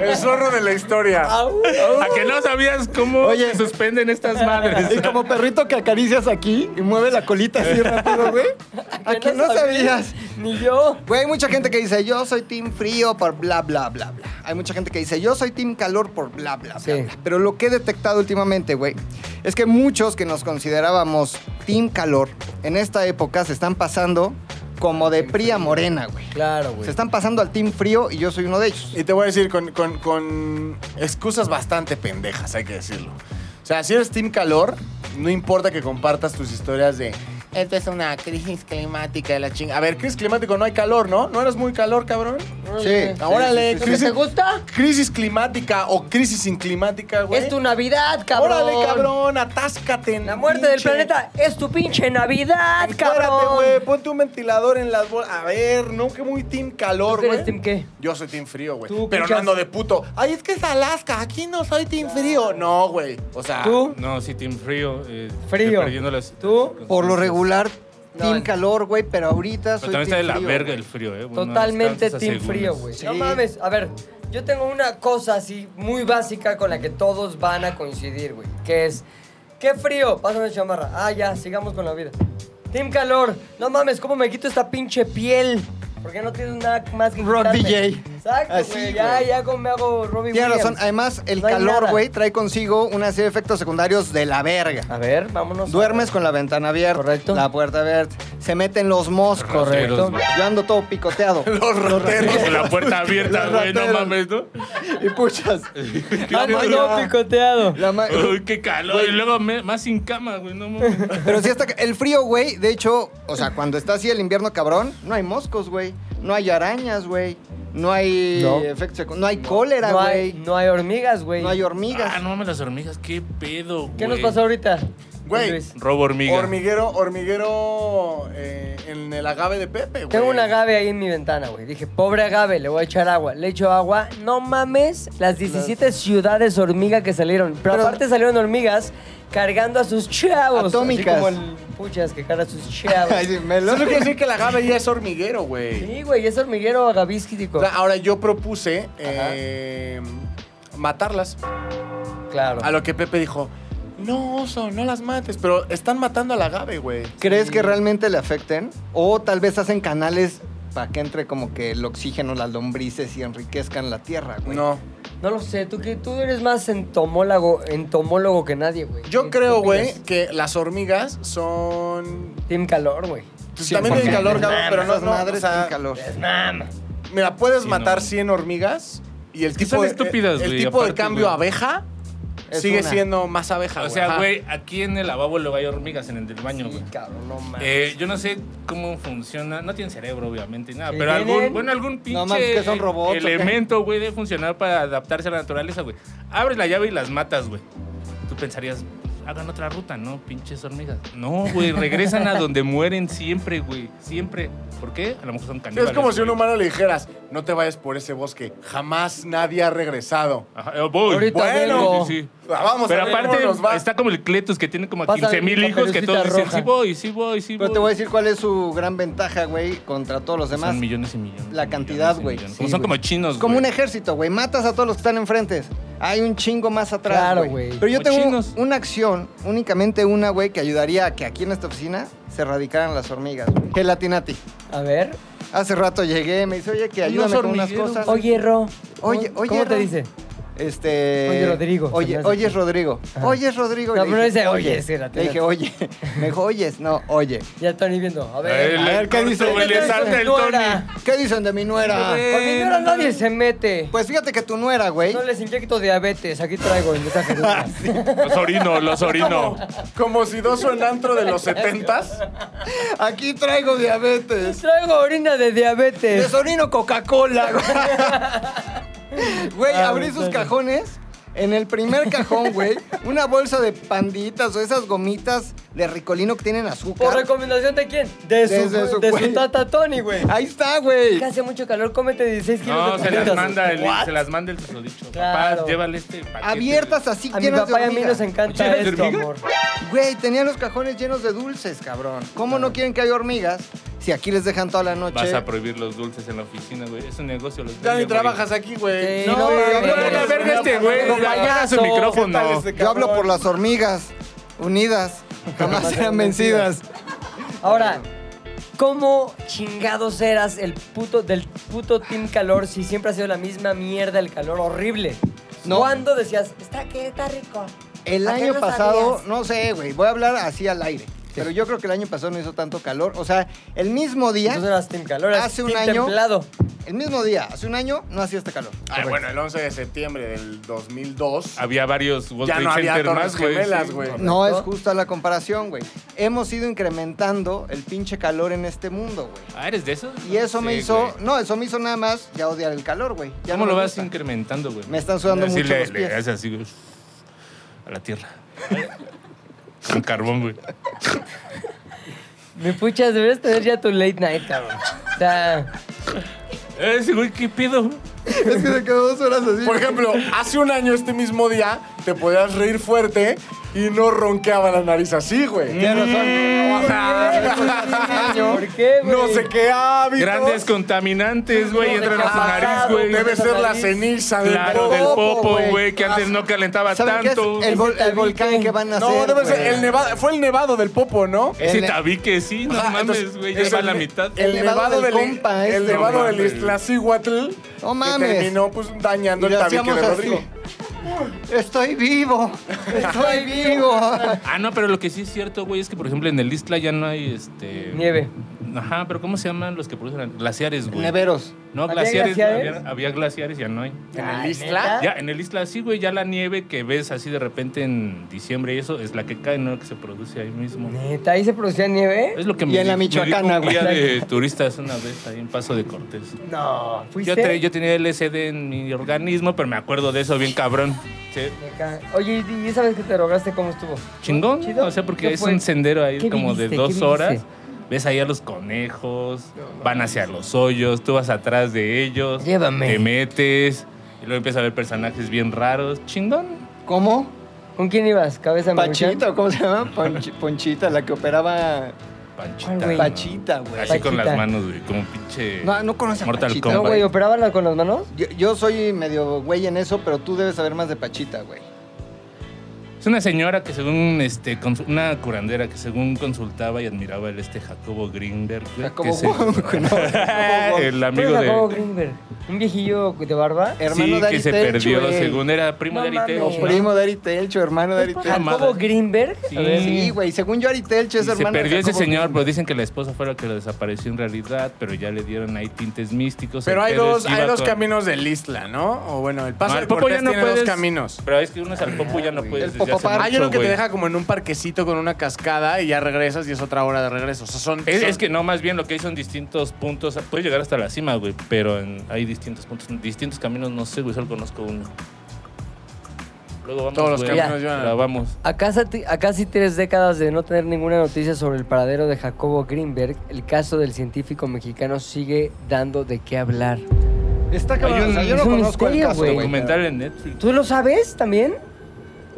Speaker 6: El zorro de la historia.
Speaker 5: Ah,
Speaker 4: Au, au.
Speaker 3: ¿A que no sabías cómo
Speaker 5: Oye.
Speaker 3: se suspenden estas madres?
Speaker 5: Y como perrito que acaricias aquí y mueve la colita así rápido, güey. ¿A Ah, que no sabías?
Speaker 4: Ni yo.
Speaker 5: Güey, hay mucha gente que dice, yo soy team frío por bla, bla, bla, bla. Hay mucha gente que dice, yo soy team calor por bla, bla, bla,
Speaker 4: Sí.
Speaker 5: bla. Pero lo que he detectado últimamente, güey, es que muchos que nos considerábamos team calor, en esta época se están pasando como de pría morena, güey.
Speaker 4: Claro, güey.
Speaker 5: Se están pasando al team frío y yo soy uno de ellos.
Speaker 6: Y te voy a decir, con, con- con excusas bastante pendejas, hay que decirlo. O sea, si eres Team Calor, no importa que compartas tus historias de. Esta es una crisis climática de la chingada. A ver, crisis climático, no hay calor, ¿no? ¿No eres muy calor, cabrón?
Speaker 5: Sí.
Speaker 6: Órale,
Speaker 5: sí, sí,
Speaker 6: crisis-
Speaker 5: sí.
Speaker 6: Crisis climática o crisis inclimática, güey.
Speaker 4: Es tu Navidad, cabrón.
Speaker 6: Órale, cabrón, atáscate. en
Speaker 4: La muerte del
Speaker 6: pinche-
Speaker 4: planeta es tu pinche Navidad,
Speaker 6: Encuérate,
Speaker 4: cabrón.
Speaker 6: güey, ponte un ventilador en las bolas. A ver, no, que muy team calor,
Speaker 4: ¿Tú
Speaker 6: güey.
Speaker 4: eres team qué?
Speaker 6: Yo soy team frío, güey.
Speaker 4: ¿Tú qué
Speaker 6: Pero no
Speaker 4: chas-
Speaker 6: ando de puto. Ay, es que es Alaska, aquí no soy team frío. No, güey. O sea,
Speaker 4: ¿Tú?
Speaker 3: No, sí, Team Frío. eh,
Speaker 4: Frío.
Speaker 3: perdiendo las-
Speaker 4: ¿Tú?
Speaker 5: Por lo regular,
Speaker 4: No,
Speaker 5: team
Speaker 4: no.
Speaker 5: calor, güey, pero ahorita soy
Speaker 3: Pero también está de
Speaker 5: team
Speaker 3: la
Speaker 5: frío,
Speaker 3: verga
Speaker 5: güey.
Speaker 3: el frío, ¿eh? Uno
Speaker 4: Totalmente
Speaker 3: descansa
Speaker 4: team
Speaker 3: segundos.
Speaker 4: frío, güey. No
Speaker 5: Sí.
Speaker 4: mames. A ver, yo tengo una cosa así muy básica con la que todos van a coincidir, güey. Que es, qué frío. Pásame chamarra. Ah, ya, sigamos con la vida. Team calor. No mames, ¿cómo me quito esta pinche piel? ¿Por qué no tienes nada más que
Speaker 5: Rock
Speaker 4: quitarme?
Speaker 5: DJ.
Speaker 4: Exacto,
Speaker 5: Así,
Speaker 4: güey. Ya,
Speaker 5: güey.
Speaker 4: ya como me hago Robbie
Speaker 5: Tienes
Speaker 4: Williams.
Speaker 5: razón. Además, el
Speaker 4: No hay
Speaker 5: calor,
Speaker 4: nada.
Speaker 5: güey, trae consigo una serie de efectos secundarios de la verga.
Speaker 4: A ver, vámonos.
Speaker 5: Duermes con la ventana abierta.
Speaker 4: Correcto.
Speaker 5: La puerta abierta. Se meten los moscos.
Speaker 3: Correcto.
Speaker 5: Yo ando todo picoteado.
Speaker 6: Los rateros.
Speaker 3: Con la puerta abierta,
Speaker 5: Los
Speaker 3: güey, no
Speaker 5: rateros.
Speaker 3: mames, ¿no?
Speaker 5: y puchas.
Speaker 4: Ah, no, no, picoteado.
Speaker 5: La ma-
Speaker 3: Uy, qué calor. Y luego me- más sin cama, güey, no mames.
Speaker 5: Pero sí hasta que- el frío, güey, de hecho, o sea, cuando está así el invierno cabrón, no hay moscos, güey. No hay arañas, güey. No hay
Speaker 4: No.
Speaker 5: efectos secu- No hay cólera,
Speaker 4: No hay,
Speaker 5: güey.
Speaker 4: no hay hormigas, güey.
Speaker 5: No hay hormigas.
Speaker 3: Ah, no mames, las hormigas, qué pedo, güey.
Speaker 4: ¿Qué nos pasó ahorita?
Speaker 6: Güey,
Speaker 4: Luis?
Speaker 3: Robo hormiga.
Speaker 6: Hormiguero, hormiguero eh, en el agave de Pepe, güey.
Speaker 4: Tengo un agave ahí en mi ventana, güey. Dije, pobre agave, le voy a echar agua. Le echo agua. No mames, las 17 ciudades hormiga que salieron. Pero,
Speaker 5: Pero-
Speaker 4: aparte salieron hormigas cargando a sus chavos. Así
Speaker 5: Atómicas.
Speaker 4: como el puchas que carga a sus chavos.
Speaker 5: Ay, sí, melón.
Speaker 6: Solo quiere decir que el agave ya es hormiguero, güey.
Speaker 4: sí, güey, es hormiguero agavístico.
Speaker 6: O sea, ahora yo propuse eh, matarlas.
Speaker 4: Claro.
Speaker 6: A lo que Pepe dijo, no, oso, no las mates, pero están matando al agave, güey.
Speaker 5: ¿Crees que realmente le afecten? O tal vez hacen canales para que entre como que el oxígeno, las lombrices y enriquezcan la tierra, güey.
Speaker 6: No.
Speaker 4: No lo sé, tú, que- tú eres más entomólogo, entomólogo que nadie, güey.
Speaker 6: Yo
Speaker 4: ¿Qué-
Speaker 6: creo,
Speaker 4: qué
Speaker 6: güey,
Speaker 4: opinas?
Speaker 6: que las hormigas son...
Speaker 4: Team calor, güey.
Speaker 6: Pues también tienen calor, cabrón, pero no,
Speaker 5: Esas
Speaker 6: no,
Speaker 5: madres
Speaker 6: o sea,
Speaker 5: tienen calor.
Speaker 6: Mira, puedes
Speaker 3: Sí,
Speaker 6: matar
Speaker 3: no.
Speaker 6: 100 hormigas y el
Speaker 3: que
Speaker 6: tipo
Speaker 3: son
Speaker 6: de,
Speaker 3: estúpidas,
Speaker 6: el
Speaker 3: güey,
Speaker 6: tipo de
Speaker 3: aparte,
Speaker 6: cambio
Speaker 3: güey.
Speaker 6: abeja
Speaker 5: Es
Speaker 6: sigue
Speaker 5: una.
Speaker 6: siendo más abeja,
Speaker 3: O
Speaker 6: güey.
Speaker 3: sea,
Speaker 6: Ajá.
Speaker 3: güey, aquí en el lavabo luego hay hormigas en el del baño, güey.
Speaker 4: Sí, cabrón, no mames.
Speaker 3: Eh, yo no sé cómo funciona, no tienen cerebro obviamente ni nada,
Speaker 4: Sí,
Speaker 3: pero algún,
Speaker 4: tienen.
Speaker 3: bueno, algún pinche
Speaker 5: No mames, que son robots,
Speaker 3: elemento, güey, debe funcionar para adaptarse a la naturaleza, güey. Abres la llave y las matas, güey. Tú pensarías, hagan otra ruta, ¿no? Pinches hormigas. No, güey, regresan a donde mueren siempre, güey, siempre. ¿Por qué? A lo mejor son caníbales.
Speaker 6: es como si a un
Speaker 3: güey.
Speaker 6: humano le dijeras, no te vayas por ese bosque, jamás nadie ha regresado.
Speaker 3: Ajá, eh, voy.
Speaker 4: Ahorita vengo.
Speaker 3: Bueno, sí, sí.
Speaker 6: Ah, Vamos
Speaker 3: Pero
Speaker 6: a ver cómo
Speaker 3: aparte
Speaker 6: nos va.
Speaker 3: está como el Cletus que tiene como
Speaker 4: Pásame
Speaker 3: 15 mil
Speaker 4: mi
Speaker 3: hijos que todos
Speaker 4: caperucita
Speaker 3: dicen,
Speaker 4: roja.
Speaker 3: sí voy, sí voy, sí voy.
Speaker 5: Pero te voy a decir cuál es su gran ventaja, güey, contra todos los demás.
Speaker 3: Son millones y millones.
Speaker 5: La
Speaker 3: y
Speaker 5: cantidad,
Speaker 3: millones y
Speaker 5: güey.
Speaker 3: millones.
Speaker 5: Sí,
Speaker 3: Como son
Speaker 5: güey.
Speaker 3: como chinos,
Speaker 5: Como un
Speaker 3: güey.
Speaker 5: ejército, güey. Matas a todos los que están enfrente. Hay un chingo más atrás.
Speaker 4: Claro, güey.
Speaker 5: Pero yo
Speaker 3: Como
Speaker 5: tengo
Speaker 3: chinos.
Speaker 5: una acción, únicamente una, güey, que ayudaría a que aquí en esta oficina se erradicaran las hormigas. güey. Gelatinati.
Speaker 4: A ver.
Speaker 5: Hace rato llegué, me dice, oye, que
Speaker 3: Unos
Speaker 5: ayúdame con unas
Speaker 3: hormigueros.
Speaker 5: cosas.
Speaker 4: Oye, Ro.
Speaker 5: Oye,
Speaker 4: ¿cómo-
Speaker 5: oye,
Speaker 4: ¿Cómo te
Speaker 5: Ro.
Speaker 4: dice?
Speaker 5: Este.
Speaker 4: Oye, Rodrigo, se me
Speaker 5: Oye,
Speaker 4: hace
Speaker 5: oye, es
Speaker 4: que-
Speaker 5: Rodrigo.
Speaker 4: Ajá.
Speaker 5: Oye, es Rodrigo. y
Speaker 4: No,
Speaker 5: le
Speaker 4: pero no
Speaker 5: dije,
Speaker 4: dice, oye, es
Speaker 5: Le
Speaker 4: Gelatinati.
Speaker 5: dije, oye. Me dijo, oye. No, oye.
Speaker 4: Ya Tony viendo. A
Speaker 3: A ver,
Speaker 4: ver.
Speaker 3: le corto, güey, le salta el Tony.
Speaker 5: ¿Qué dicen de mi nuera?
Speaker 3: Güey.
Speaker 4: Porque ahora nadie se mete.
Speaker 5: Eh, Pues fíjate que tu nuera, güey.
Speaker 4: No les inyecto diabetes. Aquí traigo el mensaje de
Speaker 5: Ah,
Speaker 4: una.
Speaker 3: Los orino, los orino.
Speaker 6: Como si dos en antro de los setentas.
Speaker 5: Aquí traigo diabetes.
Speaker 4: Traigo orina de
Speaker 5: De
Speaker 4: diabetes.
Speaker 5: sonino Coca-Cola, güey. Güey,
Speaker 4: Ah,
Speaker 5: abrí sus
Speaker 4: bueno.
Speaker 5: cajones. En el primer cajón, güey, una bolsa de panditas o esas gomitas de ricolino que tienen
Speaker 4: ¿Por
Speaker 5: azúcar.
Speaker 4: recomendación de quién? De su,
Speaker 5: Desde su
Speaker 4: de su
Speaker 5: güey.
Speaker 4: tata Tony, güey.
Speaker 5: Ahí está, güey.
Speaker 4: Que hace mucho calor, cómete 16 kilos
Speaker 3: No,
Speaker 4: de
Speaker 3: se las
Speaker 4: papitas.
Speaker 3: manda el,
Speaker 4: What?
Speaker 3: se las manda el susodicho.
Speaker 4: Claro.
Speaker 3: Papá, llévale este paquete.
Speaker 5: Abiertas así,
Speaker 4: A mi
Speaker 5: llenas de
Speaker 4: papá y a mí
Speaker 5: hormiga.
Speaker 4: nos encanta
Speaker 3: ¿Llenas de
Speaker 4: esto,
Speaker 3: hormiga?
Speaker 4: amor.
Speaker 5: Güey, tenían los cajones llenos de dulces, cabrón. ¿Cómo no quieren que haya hormigas si aquí les dejan toda la noche?
Speaker 3: Vas a prohibir los dulces en la oficina, güey. Es un negocio. Los
Speaker 6: Ya
Speaker 3: vende,
Speaker 6: ni
Speaker 3: güey.
Speaker 6: trabajas aquí, güey.
Speaker 4: Sí, no,
Speaker 5: güey,
Speaker 4: mames.
Speaker 5: yo
Speaker 3: No, la verga este güey.
Speaker 4: Como
Speaker 3: Agarra su
Speaker 4: payaso.
Speaker 3: micrófono.
Speaker 5: Yo hablo por las hormigas unidas. Jamás serán vencidas.
Speaker 4: Ahora, ¿cómo chingados eras el puto del puto Team Calor si siempre ha sido la misma mierda el calor horrible?
Speaker 5: No.
Speaker 4: ¿Cuándo decías, está que está rico?
Speaker 5: El
Speaker 4: ¿A qué
Speaker 5: año
Speaker 4: no
Speaker 5: pasado,
Speaker 4: sabías?
Speaker 5: no sé, güey, voy a hablar así al aire. Pero yo creo que el año pasado no hizo tanto calor. O sea, el mismo día,
Speaker 4: Entonces no eras Team Calor, eras
Speaker 5: Hace un
Speaker 4: team
Speaker 5: año-
Speaker 4: templado.
Speaker 5: el mismo día, hace un año, no hacía este calor.
Speaker 6: Ah, bueno, el 11 de septiembre del 2002.
Speaker 3: Había varios World
Speaker 6: Ya
Speaker 3: Trade
Speaker 6: no había
Speaker 3: Center
Speaker 6: torres
Speaker 3: más, güey.
Speaker 6: gemelas,
Speaker 3: sí.
Speaker 6: güey.
Speaker 5: No es justa la comparación, güey. Hemos ido incrementando el pinche calor en este mundo, güey.
Speaker 3: Ah, ¿eres de esos?
Speaker 5: Y eso me
Speaker 3: Sí,
Speaker 5: hizo,
Speaker 3: güey.
Speaker 5: no, eso me hizo nada más ya odiar el calor, güey. Ya
Speaker 3: ¿Cómo
Speaker 5: no
Speaker 3: lo
Speaker 5: me
Speaker 3: vas
Speaker 5: gusta.
Speaker 3: incrementando, güey?
Speaker 5: Me están sudando
Speaker 3: Así
Speaker 5: mucho
Speaker 3: le-
Speaker 5: los
Speaker 3: le
Speaker 5: pies.
Speaker 3: haces así, güey. A la tierra. Con carbón, güey.
Speaker 4: Me puchas, deberías tener ya tu late night, cabrón. O sea,
Speaker 3: Ese güey, ¿qué pedo?
Speaker 5: Es que se quedó dos horas así.
Speaker 6: Por ejemplo, hace un año este mismo día te podías reír fuerte y no ronqueaba la nariz así, güey.
Speaker 5: Tienes razón.
Speaker 4: ¿Por qué, güey?
Speaker 6: No sé qué hábitos.
Speaker 3: Grandes contaminantes, güey, entran a su nariz,
Speaker 6: Pasado,
Speaker 3: güey.
Speaker 6: Debe ser la ceniza del
Speaker 3: Claro,
Speaker 6: popo.
Speaker 3: del popo,
Speaker 5: güey. Ah,
Speaker 3: güey, que antes no calentaba
Speaker 5: ¿Saben qué es?
Speaker 3: tanto.
Speaker 5: El, vol- el volcán que van a hacer.
Speaker 6: No, debe ser
Speaker 5: güey.
Speaker 6: el nevado. Fue el nevado del popo, ¿no?
Speaker 3: Ese
Speaker 5: el- Ah,
Speaker 3: tabique, sí, Eh, no
Speaker 6: Ajá,
Speaker 3: mames,
Speaker 6: entonces,
Speaker 3: güey,
Speaker 6: es
Speaker 3: lleva
Speaker 6: el-
Speaker 3: la
Speaker 5: Eh.
Speaker 3: mitad.
Speaker 6: El nevado del compa,
Speaker 5: este.
Speaker 6: El
Speaker 3: No
Speaker 6: nevado del
Speaker 3: mames.
Speaker 6: Iztaccíhuatl.
Speaker 5: No
Speaker 6: Que
Speaker 5: mames.
Speaker 6: terminó pues
Speaker 5: Y
Speaker 6: dañando el
Speaker 5: lo
Speaker 6: tabique
Speaker 5: hacíamos
Speaker 6: de
Speaker 5: así.
Speaker 6: Rodrigo.
Speaker 5: Estoy vivo. Estoy vivo.
Speaker 3: Ah, no, pero lo que sí es cierto, güey, es que, por ejemplo, en el Istla ya no hay, este...
Speaker 4: Nieve.
Speaker 3: Ajá, pero ¿cómo se llaman los que producen? Glaciares, güey.
Speaker 5: Neveros.
Speaker 3: No,
Speaker 4: ¿Había
Speaker 3: glaciares. no,
Speaker 4: glaciares?
Speaker 3: Había, había glaciares, ya no hay.
Speaker 4: Ah,
Speaker 6: ¿En el Istla?
Speaker 3: Ya, en el Isla sí, güey, ya la nieve que ves así de repente en diciembre y eso es la que cae, no que se produce ahí mismo.
Speaker 4: Neta, ahí se producía nieve.
Speaker 3: Es lo que
Speaker 5: Y
Speaker 3: me
Speaker 5: en la
Speaker 3: me dijo
Speaker 5: Michoacana,
Speaker 3: un
Speaker 5: güey.
Speaker 3: guía de turistas una vez ahí en Paso de Cortés.
Speaker 4: No,
Speaker 3: Yo,
Speaker 4: fuiste.
Speaker 3: te- yo tenía LSD en mi organismo, pero me acuerdo de eso bien cabrón. Sí.
Speaker 4: Acá. Oye, ¿y esa vez que te drogaste cómo estuvo?
Speaker 3: Chingón,
Speaker 4: Chido.
Speaker 3: o sea, porque
Speaker 4: ¿Qué
Speaker 3: es
Speaker 4: fue?
Speaker 3: un sendero ahí
Speaker 4: ¿Qué
Speaker 3: como
Speaker 4: viviste?
Speaker 3: de
Speaker 4: ¿Qué
Speaker 3: dos
Speaker 4: viviste?
Speaker 3: horas. Ves ahí a los conejos, van hacia los hoyos, tú vas atrás de ellos,
Speaker 4: Llévame.
Speaker 3: te metes, y luego empiezas a ver personajes bien raros. Chingón.
Speaker 5: ¿Cómo?
Speaker 4: ¿Con quién ibas? ¿Cabeza Maruchan?
Speaker 5: Pachita, ¿cómo se llama? Ponchi- Ponchita, la que operaba
Speaker 3: Panchita.
Speaker 4: güey?
Speaker 3: ¿no?
Speaker 5: Pachita, güey.
Speaker 3: Así con
Speaker 4: Pachita.
Speaker 3: las manos, güey, como pinche.
Speaker 5: No, no conoces a
Speaker 3: Mortal
Speaker 5: Pachita.
Speaker 3: Kombat.
Speaker 4: No, güey, ¿operaba la- con las manos?
Speaker 5: Yo, yo soy medio güey en eso, pero tú debes saber más de Pachita, güey.
Speaker 3: Es una señora que según este consu- una curandera que según consultaba y admiraba el este Jacobo Greenberg, güey, Ah, que
Speaker 5: Jacobo
Speaker 3: es el-
Speaker 5: Wong, no, Jacobo
Speaker 3: el
Speaker 5: Wong.
Speaker 4: Pero
Speaker 3: amigo de
Speaker 4: Jacobo Greenberg, un viejillo de barba.
Speaker 5: Hermano de
Speaker 3: sí, que se
Speaker 5: Aritelcho,
Speaker 3: perdió,
Speaker 5: güey.
Speaker 3: según era primo
Speaker 4: No
Speaker 3: de Aritelcho.
Speaker 4: mames.
Speaker 3: ¿no?
Speaker 5: Primo de Ari Telcho, hermano de Ari Telcho.
Speaker 3: Jamás.
Speaker 4: Jacobo Greenberg.
Speaker 3: Sí.
Speaker 4: A ver,
Speaker 5: Sí, güey. Según yo, Ari Telcho
Speaker 3: Y
Speaker 5: es
Speaker 3: se
Speaker 5: hermano
Speaker 3: perdió
Speaker 5: de
Speaker 3: ese
Speaker 5: Jacobo
Speaker 3: señor,
Speaker 5: Greenberg.
Speaker 3: pero dicen que la esposa fue la que lo desapareció en realidad, pero ya le dieron ahí tintes místicos.
Speaker 6: Pero
Speaker 3: el
Speaker 6: hay
Speaker 3: pedo
Speaker 6: dos,
Speaker 3: es-
Speaker 6: hay
Speaker 3: iba
Speaker 6: dos
Speaker 3: con-
Speaker 6: caminos del Isla, ¿no? O bueno, el paso
Speaker 3: No,
Speaker 6: de
Speaker 3: al Popo
Speaker 6: Cortés
Speaker 3: ya no
Speaker 6: tiene
Speaker 3: puedes-
Speaker 6: dos caminos.
Speaker 3: Pero es que uno es al popo ya no puedes
Speaker 5: El
Speaker 3: desde hace
Speaker 5: Popo Park.
Speaker 6: Hay
Speaker 3: mucho,
Speaker 6: uno Ah, que te
Speaker 3: güey.
Speaker 6: deja como en un parquecito con una cascada y ya regresas y es otra hora de regreso. O sea, son,
Speaker 3: Es,
Speaker 6: son-
Speaker 3: es que no, más bien lo que hay son distintos puntos. Puedes llegar hasta la cima, güey, pero en- hay distintos puntos, distintos caminos. No sé, güey, solo conozco uno. Luego vamos,
Speaker 6: Todos los
Speaker 3: güey.
Speaker 6: caminos llevan a-
Speaker 3: La vamos.
Speaker 4: Acá, sati- a casi tres décadas de no tener ninguna noticia sobre el paradero de Jacobo Greenberg, el caso del científico mexicano sigue dando de qué hablar.
Speaker 5: Está
Speaker 3: Hay
Speaker 5: cabrón.
Speaker 3: un-
Speaker 5: o sea, yo no
Speaker 4: es un
Speaker 5: conozco el
Speaker 4: misterio,
Speaker 5: caso,
Speaker 4: güey.
Speaker 5: güey.
Speaker 3: Documental en Netflix.
Speaker 4: ¿Tú lo sabes también?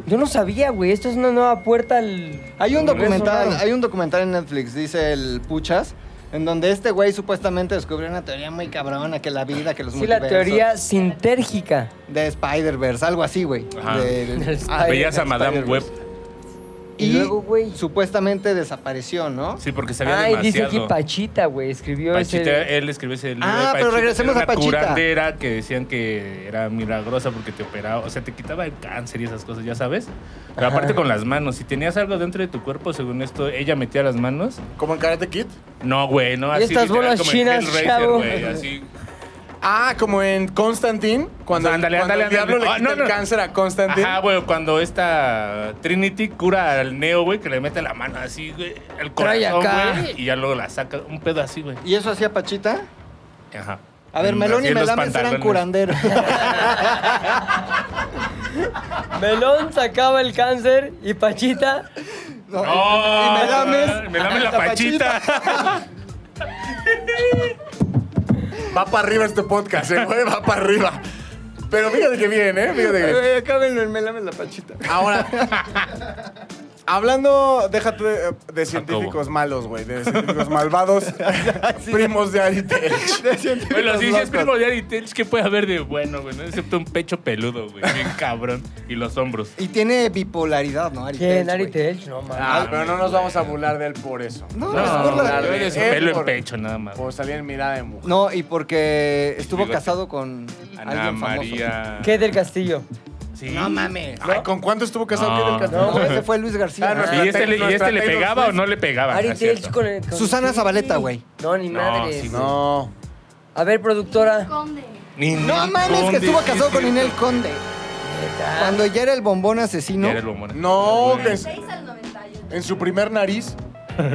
Speaker 4: Yo no sabía, güey. Esto es una nueva puerta al.
Speaker 5: Hay un
Speaker 4: Eso
Speaker 5: documental,
Speaker 4: raro.
Speaker 5: hay un documental en Netflix, dice el Puchas, en donde este güey supuestamente descubrió una teoría muy cabrona que la vida, que los
Speaker 4: Sí, la
Speaker 5: multiversos-
Speaker 4: teoría sintérgica.
Speaker 5: de Spider-Verse, algo así, güey.
Speaker 3: Ajá.
Speaker 5: Del-
Speaker 4: Del Spider-
Speaker 5: ah,
Speaker 3: Veías a
Speaker 5: del
Speaker 3: Madame Web.
Speaker 5: Spider-Verse.
Speaker 4: Y, luego, güey.
Speaker 5: Supuestamente desapareció, ¿no?
Speaker 3: Sí, porque sabía
Speaker 4: Ay, dice
Speaker 3: demasiado.
Speaker 4: aquí Pachita, güey. Escribió
Speaker 3: Pachita, eh.
Speaker 4: ese.
Speaker 3: él escribió ese libro.
Speaker 5: Ah,
Speaker 3: de Pachita,
Speaker 5: pero regresemos
Speaker 3: era
Speaker 5: a Pachita.
Speaker 3: Una curandera que decían que era milagrosa porque te operaba, o sea, te quitaba el cáncer y esas cosas, ya sabes. Pero aparte con las manos, si tenías algo dentro de tu cuerpo, según esto, ella metía las manos.
Speaker 6: ¿Como en Karate Kid?
Speaker 3: No, güey, no, así
Speaker 4: Estas
Speaker 3: literal,
Speaker 4: bolas
Speaker 3: como en
Speaker 4: chinas,
Speaker 3: Hellraiser,
Speaker 4: chavo.
Speaker 3: güey, así.
Speaker 6: Ah, como en Constantine. Cuando,
Speaker 3: Ándale,
Speaker 6: cuando
Speaker 3: ándale,
Speaker 6: el diablo
Speaker 3: ándale.
Speaker 6: le
Speaker 3: Ah,
Speaker 6: quita
Speaker 3: no, no.
Speaker 6: el cáncer a Constantine.
Speaker 3: Ajá, güey, cuando esta Trinity cura al Neo, güey, que le mete la mano así, güey, el
Speaker 5: Trae
Speaker 3: corazón,
Speaker 5: acá.
Speaker 3: güey, y ya luego la saca, un pedo así, güey.
Speaker 5: ¿Y eso hacía Pachita?
Speaker 3: Ajá.
Speaker 5: A ver, Melón
Speaker 3: Así
Speaker 5: y
Speaker 3: en los
Speaker 5: Melames eran
Speaker 3: Mm, pantalones.
Speaker 5: curanderos.
Speaker 4: Melón sacaba el cáncer y Pachita.
Speaker 5: No,
Speaker 3: No,
Speaker 5: y Melames- Ah,
Speaker 3: me lames la pachita.
Speaker 6: Va para arriba este podcast, eh, güey, va para arriba. Pero fíjate que bien, ¿eh? Fíjate que bien.
Speaker 5: Güey, acábenlo en Melames la Pachita.
Speaker 6: Ahora, hablando, déjate de, de
Speaker 3: Jacobo.
Speaker 6: científicos malos, güey, de científicos malvados, primos de Aritel.
Speaker 3: Bueno, si dices primo de Aritel, ¿qué puede haber de bueno, güey? ¿no? Excepto un pecho peludo, güey. Bien cabrón. Y los hombros.
Speaker 5: Y tiene bipolaridad, ¿no? Ari Telch,
Speaker 4: ¿Quién?
Speaker 5: güey.
Speaker 4: Ari Telch, No, mames.
Speaker 6: Ah, pero no nos vamos a burlar de él por eso.
Speaker 5: No,
Speaker 3: No,
Speaker 5: es por la-
Speaker 3: yo de su pelo en
Speaker 6: por-
Speaker 3: pecho, nada más.
Speaker 6: Por salir en mirada de mujer.
Speaker 5: No, y porque estuvo
Speaker 3: Bigote.
Speaker 5: casado con
Speaker 3: Ana
Speaker 5: alguien famoso.
Speaker 3: María.
Speaker 4: ¿Qué del Castillo?
Speaker 3: Sí. No mames.
Speaker 6: Ay, ¿Con cuánto estuvo casado
Speaker 3: No.
Speaker 6: Kid del Castillo?
Speaker 5: No, ese fue Luis García.
Speaker 6: Ah, no,
Speaker 3: ¿Y este, le, y este le
Speaker 6: Nuestra Taylor
Speaker 3: pegaba o
Speaker 6: Swift.
Speaker 3: no le pegaba?
Speaker 4: Ari
Speaker 3: No Ah, es
Speaker 4: Telch
Speaker 3: cierto.
Speaker 4: con el. con-
Speaker 5: Susana
Speaker 4: sí.
Speaker 5: Zabaleta, güey.
Speaker 4: No, ni
Speaker 3: No,
Speaker 4: madres.
Speaker 3: sí,
Speaker 6: No.
Speaker 4: A ver, productora.
Speaker 8: Conde.
Speaker 3: Ninel
Speaker 5: No mames, que
Speaker 3: Conde,
Speaker 5: estuvo
Speaker 3: sí,
Speaker 5: casado
Speaker 3: sí,
Speaker 5: con
Speaker 3: sí.
Speaker 5: Inel Conde. Cuando ya era el bombón asesino.
Speaker 3: Era el bombón.
Speaker 6: No, que es-
Speaker 8: 96 al 98.
Speaker 6: en su primer nariz,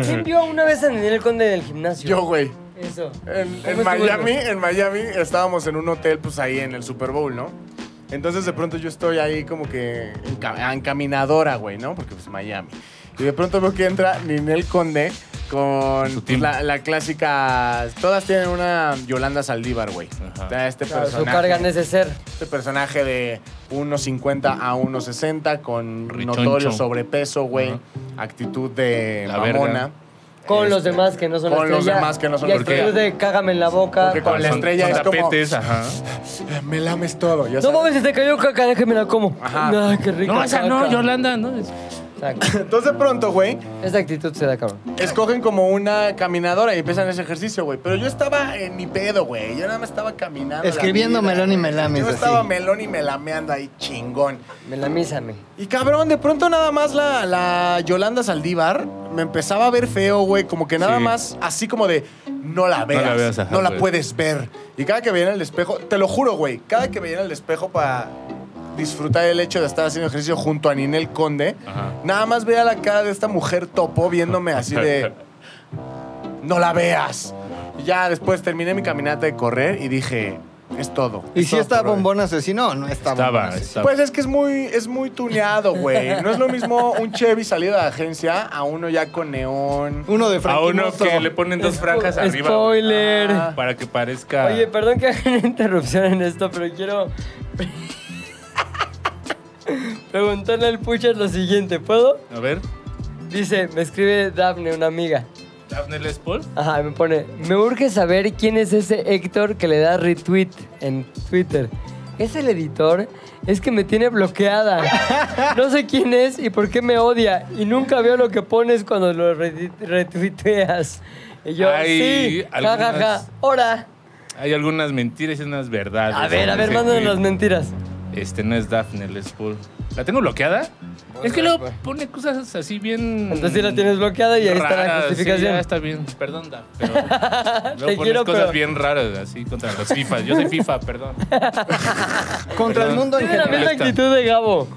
Speaker 4: ¿Quién vio una vez a Daniel Conde en el gimnasio?
Speaker 6: yo, güey.
Speaker 4: Eso.
Speaker 6: En,
Speaker 4: ¿Cómo
Speaker 6: en
Speaker 4: estuvo
Speaker 6: Miami,
Speaker 4: eso?
Speaker 6: en Miami estábamos en un hotel, pues ahí en el Super Bowl, ¿no? Entonces de pronto yo estoy ahí como que en, ca- en caminadora, güey, ¿no? Porque pues Miami. Y de pronto veo que entra Ninel Conde con
Speaker 3: Su
Speaker 6: pues,
Speaker 3: team.
Speaker 6: la, la clásica. Todas tienen una Yolanda Saldívar, güey.
Speaker 3: Ajá.
Speaker 6: O sea, Este
Speaker 4: Claro, su
Speaker 6: personaje.
Speaker 4: carga en ese ser.
Speaker 6: Este personaje de 1.50 a 1.60 con
Speaker 3: Richoncho.
Speaker 6: notorio sobrepeso, güey. Actitud de
Speaker 3: La verga.
Speaker 6: mamona.
Speaker 4: Con los
Speaker 6: Este,
Speaker 4: demás que no son la
Speaker 6: Con los
Speaker 4: estrella,
Speaker 6: demás que no son
Speaker 4: y
Speaker 6: la
Speaker 4: actitud
Speaker 6: estrella.
Speaker 4: de cágame en la boca.
Speaker 6: Porque con la
Speaker 3: Son-
Speaker 6: estrella
Speaker 3: son
Speaker 6: es como-
Speaker 3: tapetes, ajá.
Speaker 6: Eh, Me lames todo. ya
Speaker 4: No
Speaker 6: sabes.
Speaker 4: mames, se te cayó caca, déjame la como.
Speaker 6: Ajá.
Speaker 4: Ay, qué rica
Speaker 3: No, esa no,
Speaker 4: caca.
Speaker 3: Yolanda, no.
Speaker 4: Exacto.
Speaker 6: Entonces de pronto, güey,
Speaker 4: Esa actitud se da, cabrón.
Speaker 6: escogen como una caminadora y empiezan ese ejercicio, güey. Pero yo estaba en mi pedo, güey. Yo nada más estaba caminando. la
Speaker 5: Escribiendo
Speaker 6: vida,
Speaker 5: melón y
Speaker 6: güey.
Speaker 5: melames,
Speaker 6: Yo
Speaker 5: así.
Speaker 6: estaba melón y melameando ahí, chingón.
Speaker 4: Me la mísame.
Speaker 6: Y cabrón, de pronto nada más la, la Yolanda Saldívar me empezaba a ver feo, güey. Como que nada
Speaker 3: Sí.
Speaker 6: más, así como de, no la veas, no la,
Speaker 3: veas, ajá, güey.
Speaker 6: puedes ver. Y cada que veía en el espejo, te lo juro, güey, cada que veía en el espejo para disfrutar el hecho de estar haciendo ejercicio junto a Ninel Conde,
Speaker 3: Ajá.
Speaker 6: nada más veía la cara de esta mujer topo viéndome así de, no la veas. Y ya después terminé mi caminata de correr y dije, es todo.
Speaker 5: ¿Y
Speaker 6: es
Speaker 5: si
Speaker 6: todo
Speaker 5: está
Speaker 6: por hoy".
Speaker 5: bombón asesino o no está bombón
Speaker 3: Estaba,
Speaker 5: asesino?
Speaker 3: estaba.
Speaker 6: Pues es que es muy, es muy tuneado, güey. No es lo mismo un Chevy salido de agencia a uno ya con neón.
Speaker 5: Uno de
Speaker 3: a
Speaker 5: Frankie
Speaker 3: uno
Speaker 5: Mosto.
Speaker 3: que le ponen dos franjas arriba. güey,
Speaker 4: Spoiler.
Speaker 6: Ah.
Speaker 3: Para que parezca.
Speaker 4: Oye, perdón que haga una interrupción en esto, pero quiero preguntarle al Puchas lo siguiente, ¿puedo?
Speaker 3: A ver,
Speaker 4: Dice, me escribe Daphne, una amiga.
Speaker 3: Daphne Les Paul.
Speaker 4: Ajá, me pone, me urge saber quién es ese Héctor que le da retweet en Twitter. ¿Es el editor? Es que me tiene bloqueada. No sé quién es y por qué me odia. Y nunca veo lo que pones cuando lo re- retuiteas. Y yo,
Speaker 3: Hay
Speaker 4: sí, jajaja, ja, ja,
Speaker 3: algunas-
Speaker 4: ora.
Speaker 3: Hay algunas mentiras y unas verdades.
Speaker 4: A ver, a ver,
Speaker 3: Dice,
Speaker 4: mándanos
Speaker 3: güey,
Speaker 4: las mentiras.
Speaker 3: Este no es Daphne Les Paul. ¿La tengo bloqueada? es que luego pone cosas así bien.
Speaker 4: pues. Entonces sí la tienes bloqueada y ahí está la
Speaker 3: raras, sí,
Speaker 4: justificación.
Speaker 3: ya está bien, perdón, Daf, pero luego
Speaker 4: Te
Speaker 3: pones
Speaker 4: quiero,
Speaker 3: cosas
Speaker 4: pero-
Speaker 3: bien raras así contra los FIFA. Yo soy FIFA, perdón.
Speaker 5: Contra el
Speaker 3: Perdón.
Speaker 5: mundo en
Speaker 4: Tiene la
Speaker 5: general.
Speaker 4: misma
Speaker 3: está.
Speaker 4: actitud de Gabo.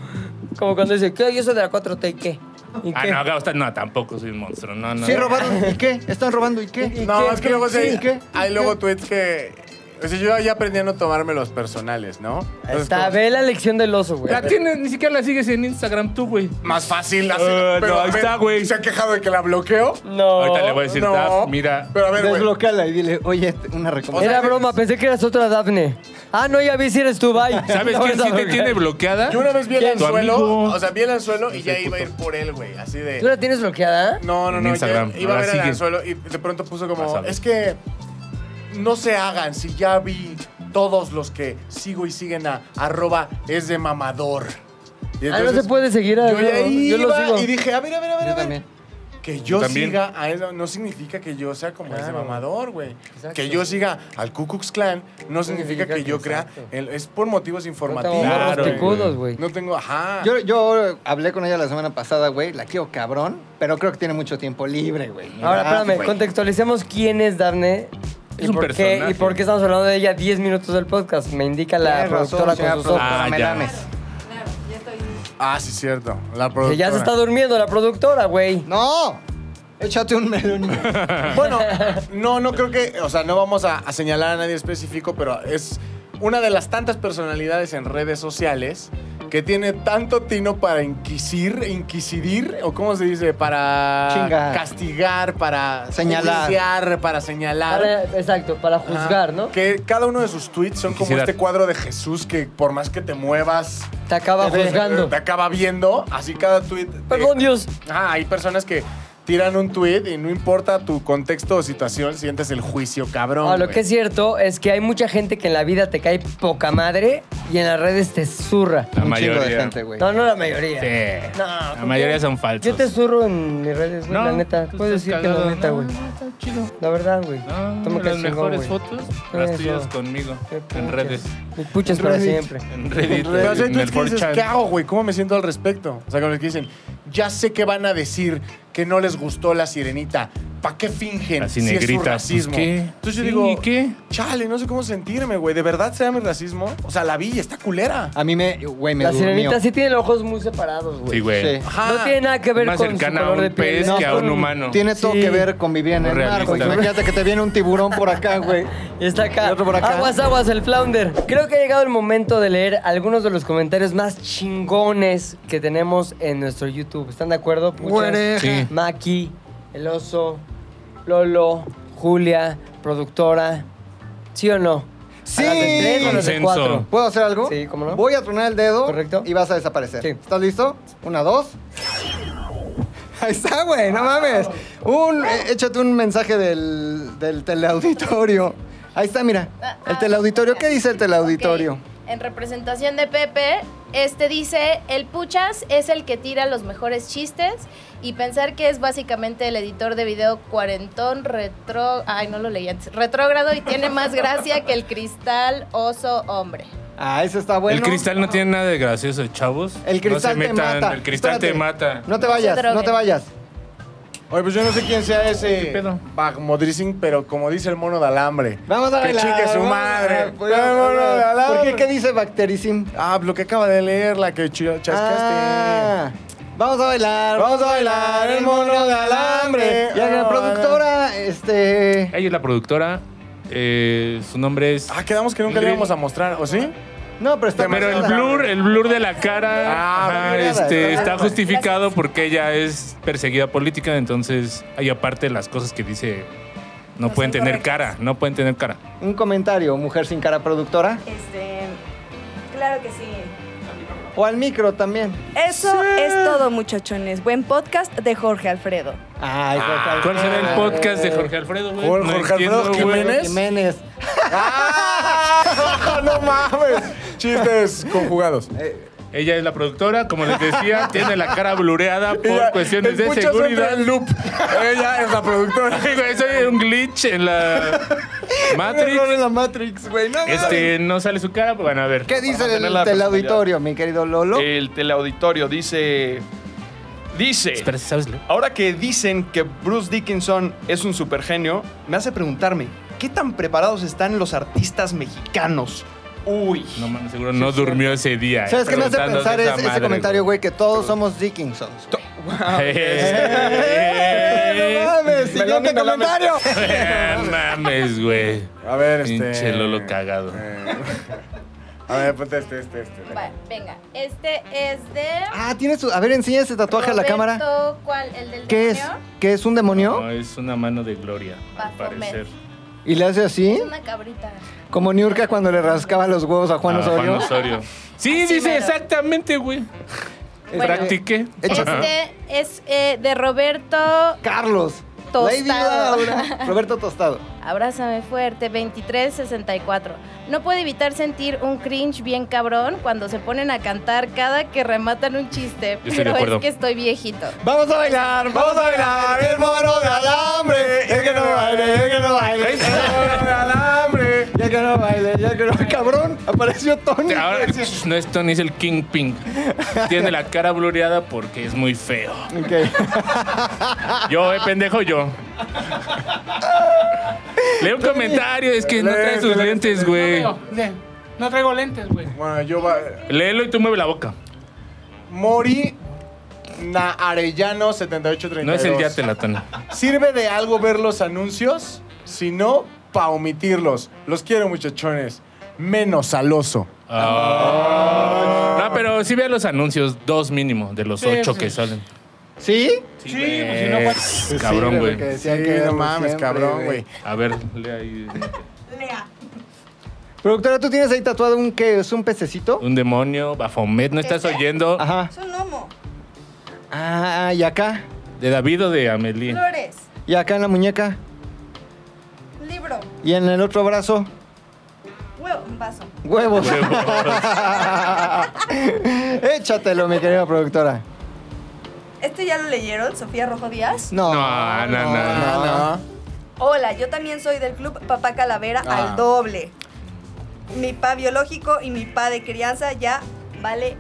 Speaker 4: Como cuando dice, ¿qué? Yo soy de la 4T y qué. ¿Y
Speaker 3: Ah,
Speaker 4: qué?
Speaker 3: no, Gabo está- no, tampoco soy un monstruo. No, no.
Speaker 5: Sí, robaron. ¿Y qué? ¿Están robando y qué?
Speaker 4: ¿Y
Speaker 6: No,
Speaker 4: qué?
Speaker 6: es que luego
Speaker 4: ¿Qué?
Speaker 6: se-
Speaker 4: ¿Y qué?
Speaker 6: hay luego tweets que. O sea, yo ya aprendí a no tomarme los personales, ¿no? Entonces,
Speaker 4: Está,
Speaker 6: como-
Speaker 4: ve la lección del oso, güey.
Speaker 3: La tienes, ni siquiera la sigues en Instagram tú, güey.
Speaker 6: Más fácil así.
Speaker 3: Eh,
Speaker 6: pero
Speaker 3: no,
Speaker 6: a
Speaker 3: ahí
Speaker 6: ver,
Speaker 3: está, güey.
Speaker 6: ¿Se ha quejado de que la bloqueo?
Speaker 4: No.
Speaker 3: Ahorita le voy a decir,
Speaker 6: No.
Speaker 3: Daf, mira.
Speaker 6: Pero a ver, güey.
Speaker 5: Desblocala y dile, oye, te- una recomendación.
Speaker 4: Era broma, pensé que eras otra Dafne. Ah, no, ya vi si eres tú, bye.
Speaker 3: ¿Sabes
Speaker 4: No,
Speaker 3: quién
Speaker 4: esa
Speaker 3: sí te
Speaker 4: verga.
Speaker 3: tiene bloqueada?
Speaker 6: Yo una vez vi el
Speaker 3: ¿Quién? Tu
Speaker 6: anzuelo.
Speaker 3: amigo.
Speaker 6: O sea, vi el anzuelo y ya iba a ir por él, güey. Así de.
Speaker 4: ¿Tú la tienes bloqueada? Ah,
Speaker 6: No, no,
Speaker 3: En
Speaker 6: no.
Speaker 3: Instagram.
Speaker 6: ya Iba a
Speaker 3: Ahora
Speaker 6: ver el
Speaker 3: sigue.
Speaker 6: anzuelo y de pronto puso como,
Speaker 3: Vas a ver.
Speaker 6: es que no se hagan si ya vi todos los que sigo y siguen a arroba es de mamador. Y
Speaker 4: Ah, no se puede seguir a
Speaker 6: Yo ya
Speaker 4: yo lo
Speaker 6: iba
Speaker 4: sigo.
Speaker 6: y dije, a ver, a ver, a ver, a ver. Que yo
Speaker 3: también.
Speaker 6: siga a él no significa que yo sea como ese
Speaker 4: Claro.
Speaker 6: mamador, güey.
Speaker 4: Exacto.
Speaker 6: Que yo siga al Ku Klux Klan no significa que,
Speaker 4: significa que-
Speaker 6: yo crea.
Speaker 4: exacto.
Speaker 6: el- es por motivos
Speaker 4: No
Speaker 6: informativos.
Speaker 4: tengo
Speaker 3: Claro,
Speaker 4: los
Speaker 3: güey.
Speaker 4: picudos, güey.
Speaker 6: No tengo, ajá.
Speaker 5: Yo, yo hablé con ella la semana pasada, güey. La quiero cabrón, pero creo que tiene mucho tiempo libre, güey.
Speaker 4: Ahora,
Speaker 5: Ah,
Speaker 4: espérame,
Speaker 5: güey.
Speaker 4: contextualicemos quién es Dafne.
Speaker 3: Es
Speaker 4: y
Speaker 3: un
Speaker 4: por Qué,
Speaker 3: personaje.
Speaker 4: ¿Y por qué estamos hablando de ella 10 minutos del podcast? Me indica la
Speaker 5: Tienes razón,
Speaker 4: productora
Speaker 5: señora
Speaker 4: con sus ojos.
Speaker 5: productora
Speaker 3: Ah, ya.
Speaker 5: Melames.
Speaker 8: Claro, ya estoy.
Speaker 6: ah, sí, cierto. La
Speaker 4: Que
Speaker 6: productora.
Speaker 4: ya se está durmiendo la productora, güey.
Speaker 5: ¡No! Échate un melón.
Speaker 6: Bueno, no, no creo que, o sea, no vamos a, a señalar a nadie específico, pero es una de las tantas personalidades en redes sociales que tiene tanto tino para inquisir, inquisidir, o cómo se dice, para
Speaker 5: Chingar.
Speaker 6: castigar, para
Speaker 5: Señalar.
Speaker 6: juzgar, para señalar.
Speaker 4: Para- exacto, para juzgar,
Speaker 6: Ajá.
Speaker 4: ¿no?
Speaker 6: Que cada uno de sus tweets son como
Speaker 3: Quisiera-
Speaker 6: este cuadro de Jesús que por más que te muevas,
Speaker 4: Te acaba
Speaker 6: te-
Speaker 4: juzgando.
Speaker 6: te acaba viendo. Así cada tweet. te-
Speaker 4: Perdón, Dios.
Speaker 6: Ah, hay personas que tiran un tweet y no importa tu contexto o situación, sientes el juicio, cabrón.
Speaker 4: Ah, lo
Speaker 6: güey.
Speaker 4: que es cierto es que hay mucha gente que en la vida te cae poca madre y en las redes te zurra.
Speaker 3: La
Speaker 5: Un chingo
Speaker 3: mayoría.
Speaker 5: de gente, güey.
Speaker 4: No, no la mayoría.
Speaker 3: Sí.
Speaker 4: No,
Speaker 3: la
Speaker 4: ¿por
Speaker 3: mayoría
Speaker 4: qué?
Speaker 3: son falsos.
Speaker 4: Yo te zurro en mis redes, güey, la neta.
Speaker 3: tú
Speaker 4: Puedo
Speaker 3: estás
Speaker 4: decir que la
Speaker 3: cagado.
Speaker 4: neta, güey.
Speaker 3: No, no, está chido.
Speaker 4: La verdad, güey.
Speaker 3: No,
Speaker 4: Tú me
Speaker 3: las
Speaker 4: caes chingón,
Speaker 3: mejores
Speaker 4: güey.
Speaker 3: fotos, las
Speaker 4: Eso.
Speaker 3: tuyas conmigo,
Speaker 4: Qué
Speaker 3: en
Speaker 4: puchas.
Speaker 3: redes,
Speaker 4: Mis puchas para siempre.
Speaker 3: en Reddit,
Speaker 6: Pero si
Speaker 3: en
Speaker 6: tú
Speaker 3: el
Speaker 6: es que dices,
Speaker 3: 4chan.
Speaker 6: ¿qué hago, güey? ¿Cómo me siento al respecto? O sea, con los que dicen, ya sé que van a decir que no les gustó la sirenita. ¿Para qué fingen
Speaker 3: Así
Speaker 6: si es su
Speaker 3: negrita,
Speaker 6: racismo?
Speaker 3: pues, ¿qué?
Speaker 6: Entonces yo
Speaker 3: Sí,
Speaker 6: digo,
Speaker 3: ¿y qué?
Speaker 6: Chale, no sé cómo sentirme, güey. ¿De verdad será mi racismo? O sea, la vi y está culera.
Speaker 5: A mí me, güey, me
Speaker 4: La
Speaker 5: durmió.
Speaker 4: sirenita sí tiene los ojos muy separados, güey.
Speaker 3: Sí, güey.
Speaker 5: Sí.
Speaker 6: Ajá.
Speaker 4: No tiene nada que ver
Speaker 3: Más
Speaker 4: con su
Speaker 3: cercana a
Speaker 4: color de
Speaker 3: un
Speaker 4: piel.
Speaker 3: pez
Speaker 4: No,
Speaker 3: que a
Speaker 4: con-
Speaker 3: un humano.
Speaker 5: Tiene todo
Speaker 4: Sí.
Speaker 5: que ver con vivir en
Speaker 3: Muy
Speaker 5: el mar, güey.
Speaker 3: realista.
Speaker 5: Imagínate que te viene un tiburón por acá, güey.
Speaker 4: Y está acá.
Speaker 5: Y otro por acá.
Speaker 4: Aguas, aguas, el flounder. Creo que ha llegado el momento de leer algunos de los comentarios más chingones que tenemos en nuestro YouTube. ¿Están de acuerdo? Puchas,
Speaker 5: Güereja.
Speaker 3: Sí.
Speaker 4: Maki, el oso, Lolo, Julia, productora. ¿Sí o no?
Speaker 5: Sí.
Speaker 4: ¿A las de tres o a las de
Speaker 3: Consenso.
Speaker 4: cuatro?
Speaker 5: ¿Puedo hacer algo?
Speaker 4: Sí, ¿cómo no?
Speaker 5: Voy a tronar el dedo
Speaker 4: Correcto.
Speaker 5: y vas a desaparecer.
Speaker 4: Sí.
Speaker 5: ¿Estás listo? Una, dos. Ahí está, güey, no mames. Un, eh, échate un mensaje del, del teleauditorio. Ahí está, mira. El teleauditorio. ¿Qué dice el teleauditorio?
Speaker 11: Ok. En representación de Pepe, este dice, el Puchas es el que tira los mejores chistes y pensar que es básicamente el editor de video cuarentón, retro... Ay, no lo leí antes. Retrógrado y tiene más gracia que el cristal oso hombre.
Speaker 5: Ah, ese está bueno.
Speaker 3: El cristal no tiene nada de gracioso, chavos.
Speaker 5: El cristal
Speaker 3: no se
Speaker 5: te
Speaker 3: metan,
Speaker 5: mata.
Speaker 3: El cristal
Speaker 5: Espérate.
Speaker 3: te mata.
Speaker 5: No te
Speaker 11: No se
Speaker 5: vayas,
Speaker 11: droguen.
Speaker 5: no te vayas.
Speaker 6: Oye, pues yo no sé quién sea ese
Speaker 3: pedo?
Speaker 6: Bagmodricing, pero como dice el mono de alambre.
Speaker 5: Vamos a
Speaker 6: Que
Speaker 5: bailar.
Speaker 6: chique su
Speaker 5: vamos a
Speaker 6: madre.
Speaker 5: bailar, pues,
Speaker 6: Vámonos
Speaker 5: vamos a bailar.
Speaker 6: al lado.
Speaker 5: ¿Por qué? ¿Qué dice Bactericim?
Speaker 6: Ah, lo que acaba de leer, la que ch- chasqueaste.
Speaker 5: Ah, vamos a bailar.
Speaker 6: Vamos a bailar el mono de alambre.
Speaker 5: Y a la productora, este...
Speaker 3: Ella es la productora. eh, su nombre es.
Speaker 6: Ah, quedamos que nunca le
Speaker 3: Ingrid.
Speaker 6: íbamos a mostrar, ¿o sí?
Speaker 5: No, pero está
Speaker 3: Pero el
Speaker 5: marcada.
Speaker 3: blur, eh. el blur de la cara ajá,
Speaker 6: Ah,
Speaker 3: este,
Speaker 5: blurada, está
Speaker 3: está
Speaker 5: blurada.
Speaker 3: justificado porque ella es perseguida política, entonces hay aparte las cosas que dice no,
Speaker 11: No
Speaker 3: pueden
Speaker 11: son
Speaker 3: tener
Speaker 11: correctas.
Speaker 3: cara, no pueden tener cara.
Speaker 5: Un comentario, mujer sin cara productora.
Speaker 2: Este, claro que sí.
Speaker 5: O al micro también.
Speaker 2: Eso es todo, muchachones. Buen podcast de Jorge Alfredo.
Speaker 5: Ay, pues, Jorge Alfredo.
Speaker 3: Ah, ¿Cuál será el podcast de Jorge Alfredo, güey?
Speaker 6: Jorge Alfredo
Speaker 3: entiendo, güey.
Speaker 6: Jiménez.
Speaker 5: Jiménez.
Speaker 6: ¡Ah! ¡No mames! Chistes conjugados.
Speaker 3: Ella es la productora, como les decía, tiene la cara blureada por
Speaker 6: Ella-
Speaker 3: cuestiones
Speaker 6: el
Speaker 3: de
Speaker 6: Puchas entra
Speaker 3: seguridad.
Speaker 6: en loop. Ella es la productora.
Speaker 3: Ay, güey, Soy un glitch en la
Speaker 5: Un error
Speaker 3: Matrix.
Speaker 5: en la Matrix, güey. No,
Speaker 3: Este, no sale su cara, pues van a ver.
Speaker 5: ¿Qué dice
Speaker 9: Para
Speaker 5: el
Speaker 9: tener la
Speaker 5: teleauditorio, mi querido Lolo?
Speaker 9: El teleauditorio dice. Dice.
Speaker 3: Espera, ¿sabes? leer?
Speaker 9: Ahora que dicen que Bruce Dickinson es un supergenio, me hace preguntarme, ¿qué tan preparados están los artistas mexicanos? Uy.
Speaker 3: No mames, seguro no durmió ese día. eh,
Speaker 5: ¿Sabes qué me hace
Speaker 3: preguntando
Speaker 5: pensar
Speaker 3: de
Speaker 5: es,
Speaker 3: esa
Speaker 5: ese
Speaker 3: madre,
Speaker 5: comentario, güey? Que todos somos Dickinsons.
Speaker 9: To- wow.
Speaker 5: ¡Eh,
Speaker 3: ¡Eh!
Speaker 5: ¡No mames!
Speaker 9: Melón y
Speaker 5: ¡Siguiente
Speaker 9: melames.
Speaker 5: comentario!
Speaker 3: Eh, mames, güey.
Speaker 6: A ver, este.
Speaker 3: Pinche Lolo cagado.
Speaker 6: Eh, a ver, ponte este, este, este.
Speaker 11: Va, venga, este es de...
Speaker 5: Ah, tiene su... A ver, enseña ese tatuaje a la
Speaker 11: Roberto,
Speaker 5: cámara.
Speaker 11: ¿Cuál? ¿El del
Speaker 5: ¿Qué es?
Speaker 11: demonio?
Speaker 5: ¿Qué es un
Speaker 3: No,
Speaker 5: demonio?
Speaker 3: es una mano de gloria, al
Speaker 11: Baphomet.
Speaker 3: parecer.
Speaker 5: Y le hace así,
Speaker 11: Una cabrita.
Speaker 5: como Niurka cuando le rascaba los huevos a Juan
Speaker 3: Ah,
Speaker 5: Osorio.
Speaker 3: Osorio. Sí,
Speaker 11: Así
Speaker 3: dice
Speaker 11: mero.
Speaker 3: exactamente, güey.
Speaker 11: Bueno.
Speaker 3: Practiqué.
Speaker 11: Este es eh, de Roberto
Speaker 5: Carlos. Lady
Speaker 11: Tostado.
Speaker 5: Laura. Roberto Tostado.
Speaker 11: Abrázame fuerte, 2364. No puedo evitar sentir un cringe bien cabrón cuando se ponen a cantar cada que rematan un chiste,
Speaker 3: Yo estoy de
Speaker 11: pero
Speaker 3: acuerdo.
Speaker 11: es que estoy viejito.
Speaker 5: Vamos a bailar, vamos a bailar el mono de alambre. El que no baile, el que no baile. El mono de alambre. Ya que no baile, ya que no. Cabrón, apareció Tony.
Speaker 3: Ahora
Speaker 6: este
Speaker 3: no es Tony, es el King Pink. Tiene la cara blureada porque es muy feo.
Speaker 5: Ok.
Speaker 3: Yo, eh, pendejo, yo. Lee un comentario, es que no trae sus lentes, güey.
Speaker 10: No traigo lentes, güey.
Speaker 6: Bueno, yo va.
Speaker 3: Léelo y tú mueve la boca.
Speaker 6: Mori Na Arellano 7832.
Speaker 3: No es el día telatón.
Speaker 6: ¿Sirve de algo ver los anuncios? Si no, para omitirlos. Los quiero, muchachones. Menos al oso.
Speaker 3: Ah. No, pero sí vea los anuncios, dos mínimo, de los ocho que salen.
Speaker 5: ¿Sí?
Speaker 3: Sí, pues si no, Cabrón, güey.
Speaker 5: Que
Speaker 6: Sí,
Speaker 5: decían que
Speaker 6: no
Speaker 5: éramos
Speaker 6: mames,
Speaker 5: siempre,
Speaker 6: cabrón, güey.
Speaker 3: A ver, lee ahí.
Speaker 5: Productora, ¿tú tienes ahí tatuado un qué? ¿Es un pececito?
Speaker 3: Un demonio, Bafomet, ¿no estás oyendo?
Speaker 5: Ajá.
Speaker 2: Es un homo.
Speaker 5: Ah, y acá.
Speaker 3: ¿De David o de Amelie?
Speaker 2: Flores.
Speaker 5: Y acá en la muñeca.
Speaker 2: Libro.
Speaker 5: Y en el otro brazo.
Speaker 2: Huevo. Un vaso.
Speaker 5: Huevos. Échatelo, mi querida productora.
Speaker 2: ¿Este ya lo leyeron? Sofía Rojo Díaz.
Speaker 5: No,
Speaker 3: No, no, no.
Speaker 6: Ah,
Speaker 2: Hola, yo también soy del club Papá Calavera
Speaker 6: Ah.
Speaker 2: al doble. Mi pa biológico y mi pa de crianza ya vale.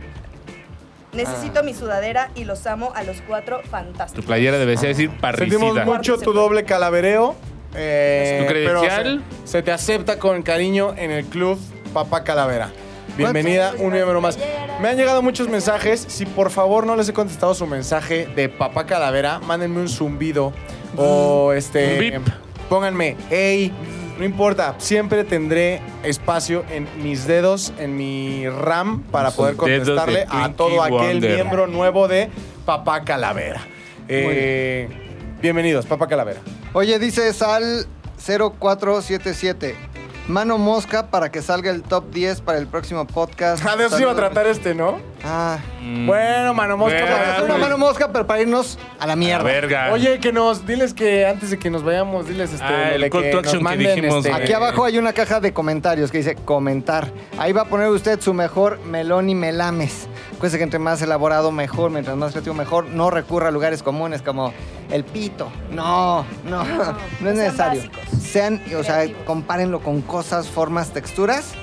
Speaker 2: Necesito mi sudadera y los amo a los cuatro
Speaker 3: Ah. Tu
Speaker 2: fantásticos.
Speaker 3: playera debe ser decir
Speaker 6: Sentimos
Speaker 3: parricida.
Speaker 6: mucho tu doble calavereo. eh,
Speaker 3: ¿Tu credencial?
Speaker 6: pero se, se te acepta con cariño en el club Papá Calavera. Bienvenida, un miembro más. Me han llegado muchos mensajes. Si por favor no les he contestado su mensaje de Papá Calavera, mándenme un zumbido o este.
Speaker 3: Un bip.
Speaker 6: Pónganme, hey, no importa, siempre tendré espacio en mis dedos, en mi RAM, para
Speaker 3: Sus
Speaker 6: poder
Speaker 3: dedos de
Speaker 6: contestarle a
Speaker 3: Twinkie
Speaker 6: todo aquel
Speaker 3: Wonder.
Speaker 6: miembro nuevo de Papá Calavera. Eh, bienvenidos, Papá Calavera.
Speaker 5: Oye, dice Sal 0477. Mano mosca para que salga el top 10 para el próximo podcast.
Speaker 6: Ah, de eso se iba a tratar este, ¿no?
Speaker 5: Ah.
Speaker 3: Mm,
Speaker 6: Bueno, mano mosca.
Speaker 5: Bueno,
Speaker 6: para-
Speaker 3: pues,
Speaker 5: una mano mosca, pero para irnos a la mierda.
Speaker 6: Oye, que nos, diles que antes de que nos vayamos, diles este,
Speaker 3: Ah,
Speaker 6: lo
Speaker 3: el
Speaker 6: de
Speaker 3: call
Speaker 6: que
Speaker 3: to
Speaker 6: nos
Speaker 3: action que
Speaker 6: manden,
Speaker 3: dijimos,
Speaker 6: este,
Speaker 3: güey.
Speaker 5: Aquí abajo hay una caja de comentarios que dice comentar. Ahí va a poner usted su mejor melón y melames. Acuérdese que entre más elaborado, mejor. Mientras más creativo, mejor. No recurra a lugares comunes como el pito. No, no, no, es necesario. Sean, o sea, compárenlo con cosas, formas, texturas,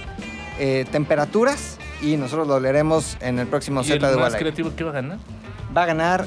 Speaker 5: eh, temperaturas. Y nosotros lo leeremos en el próximo
Speaker 3: ¿Y el
Speaker 5: Z de
Speaker 3: más
Speaker 5: Wall Air.
Speaker 3: creativo que va a ganar?
Speaker 5: Va a ganar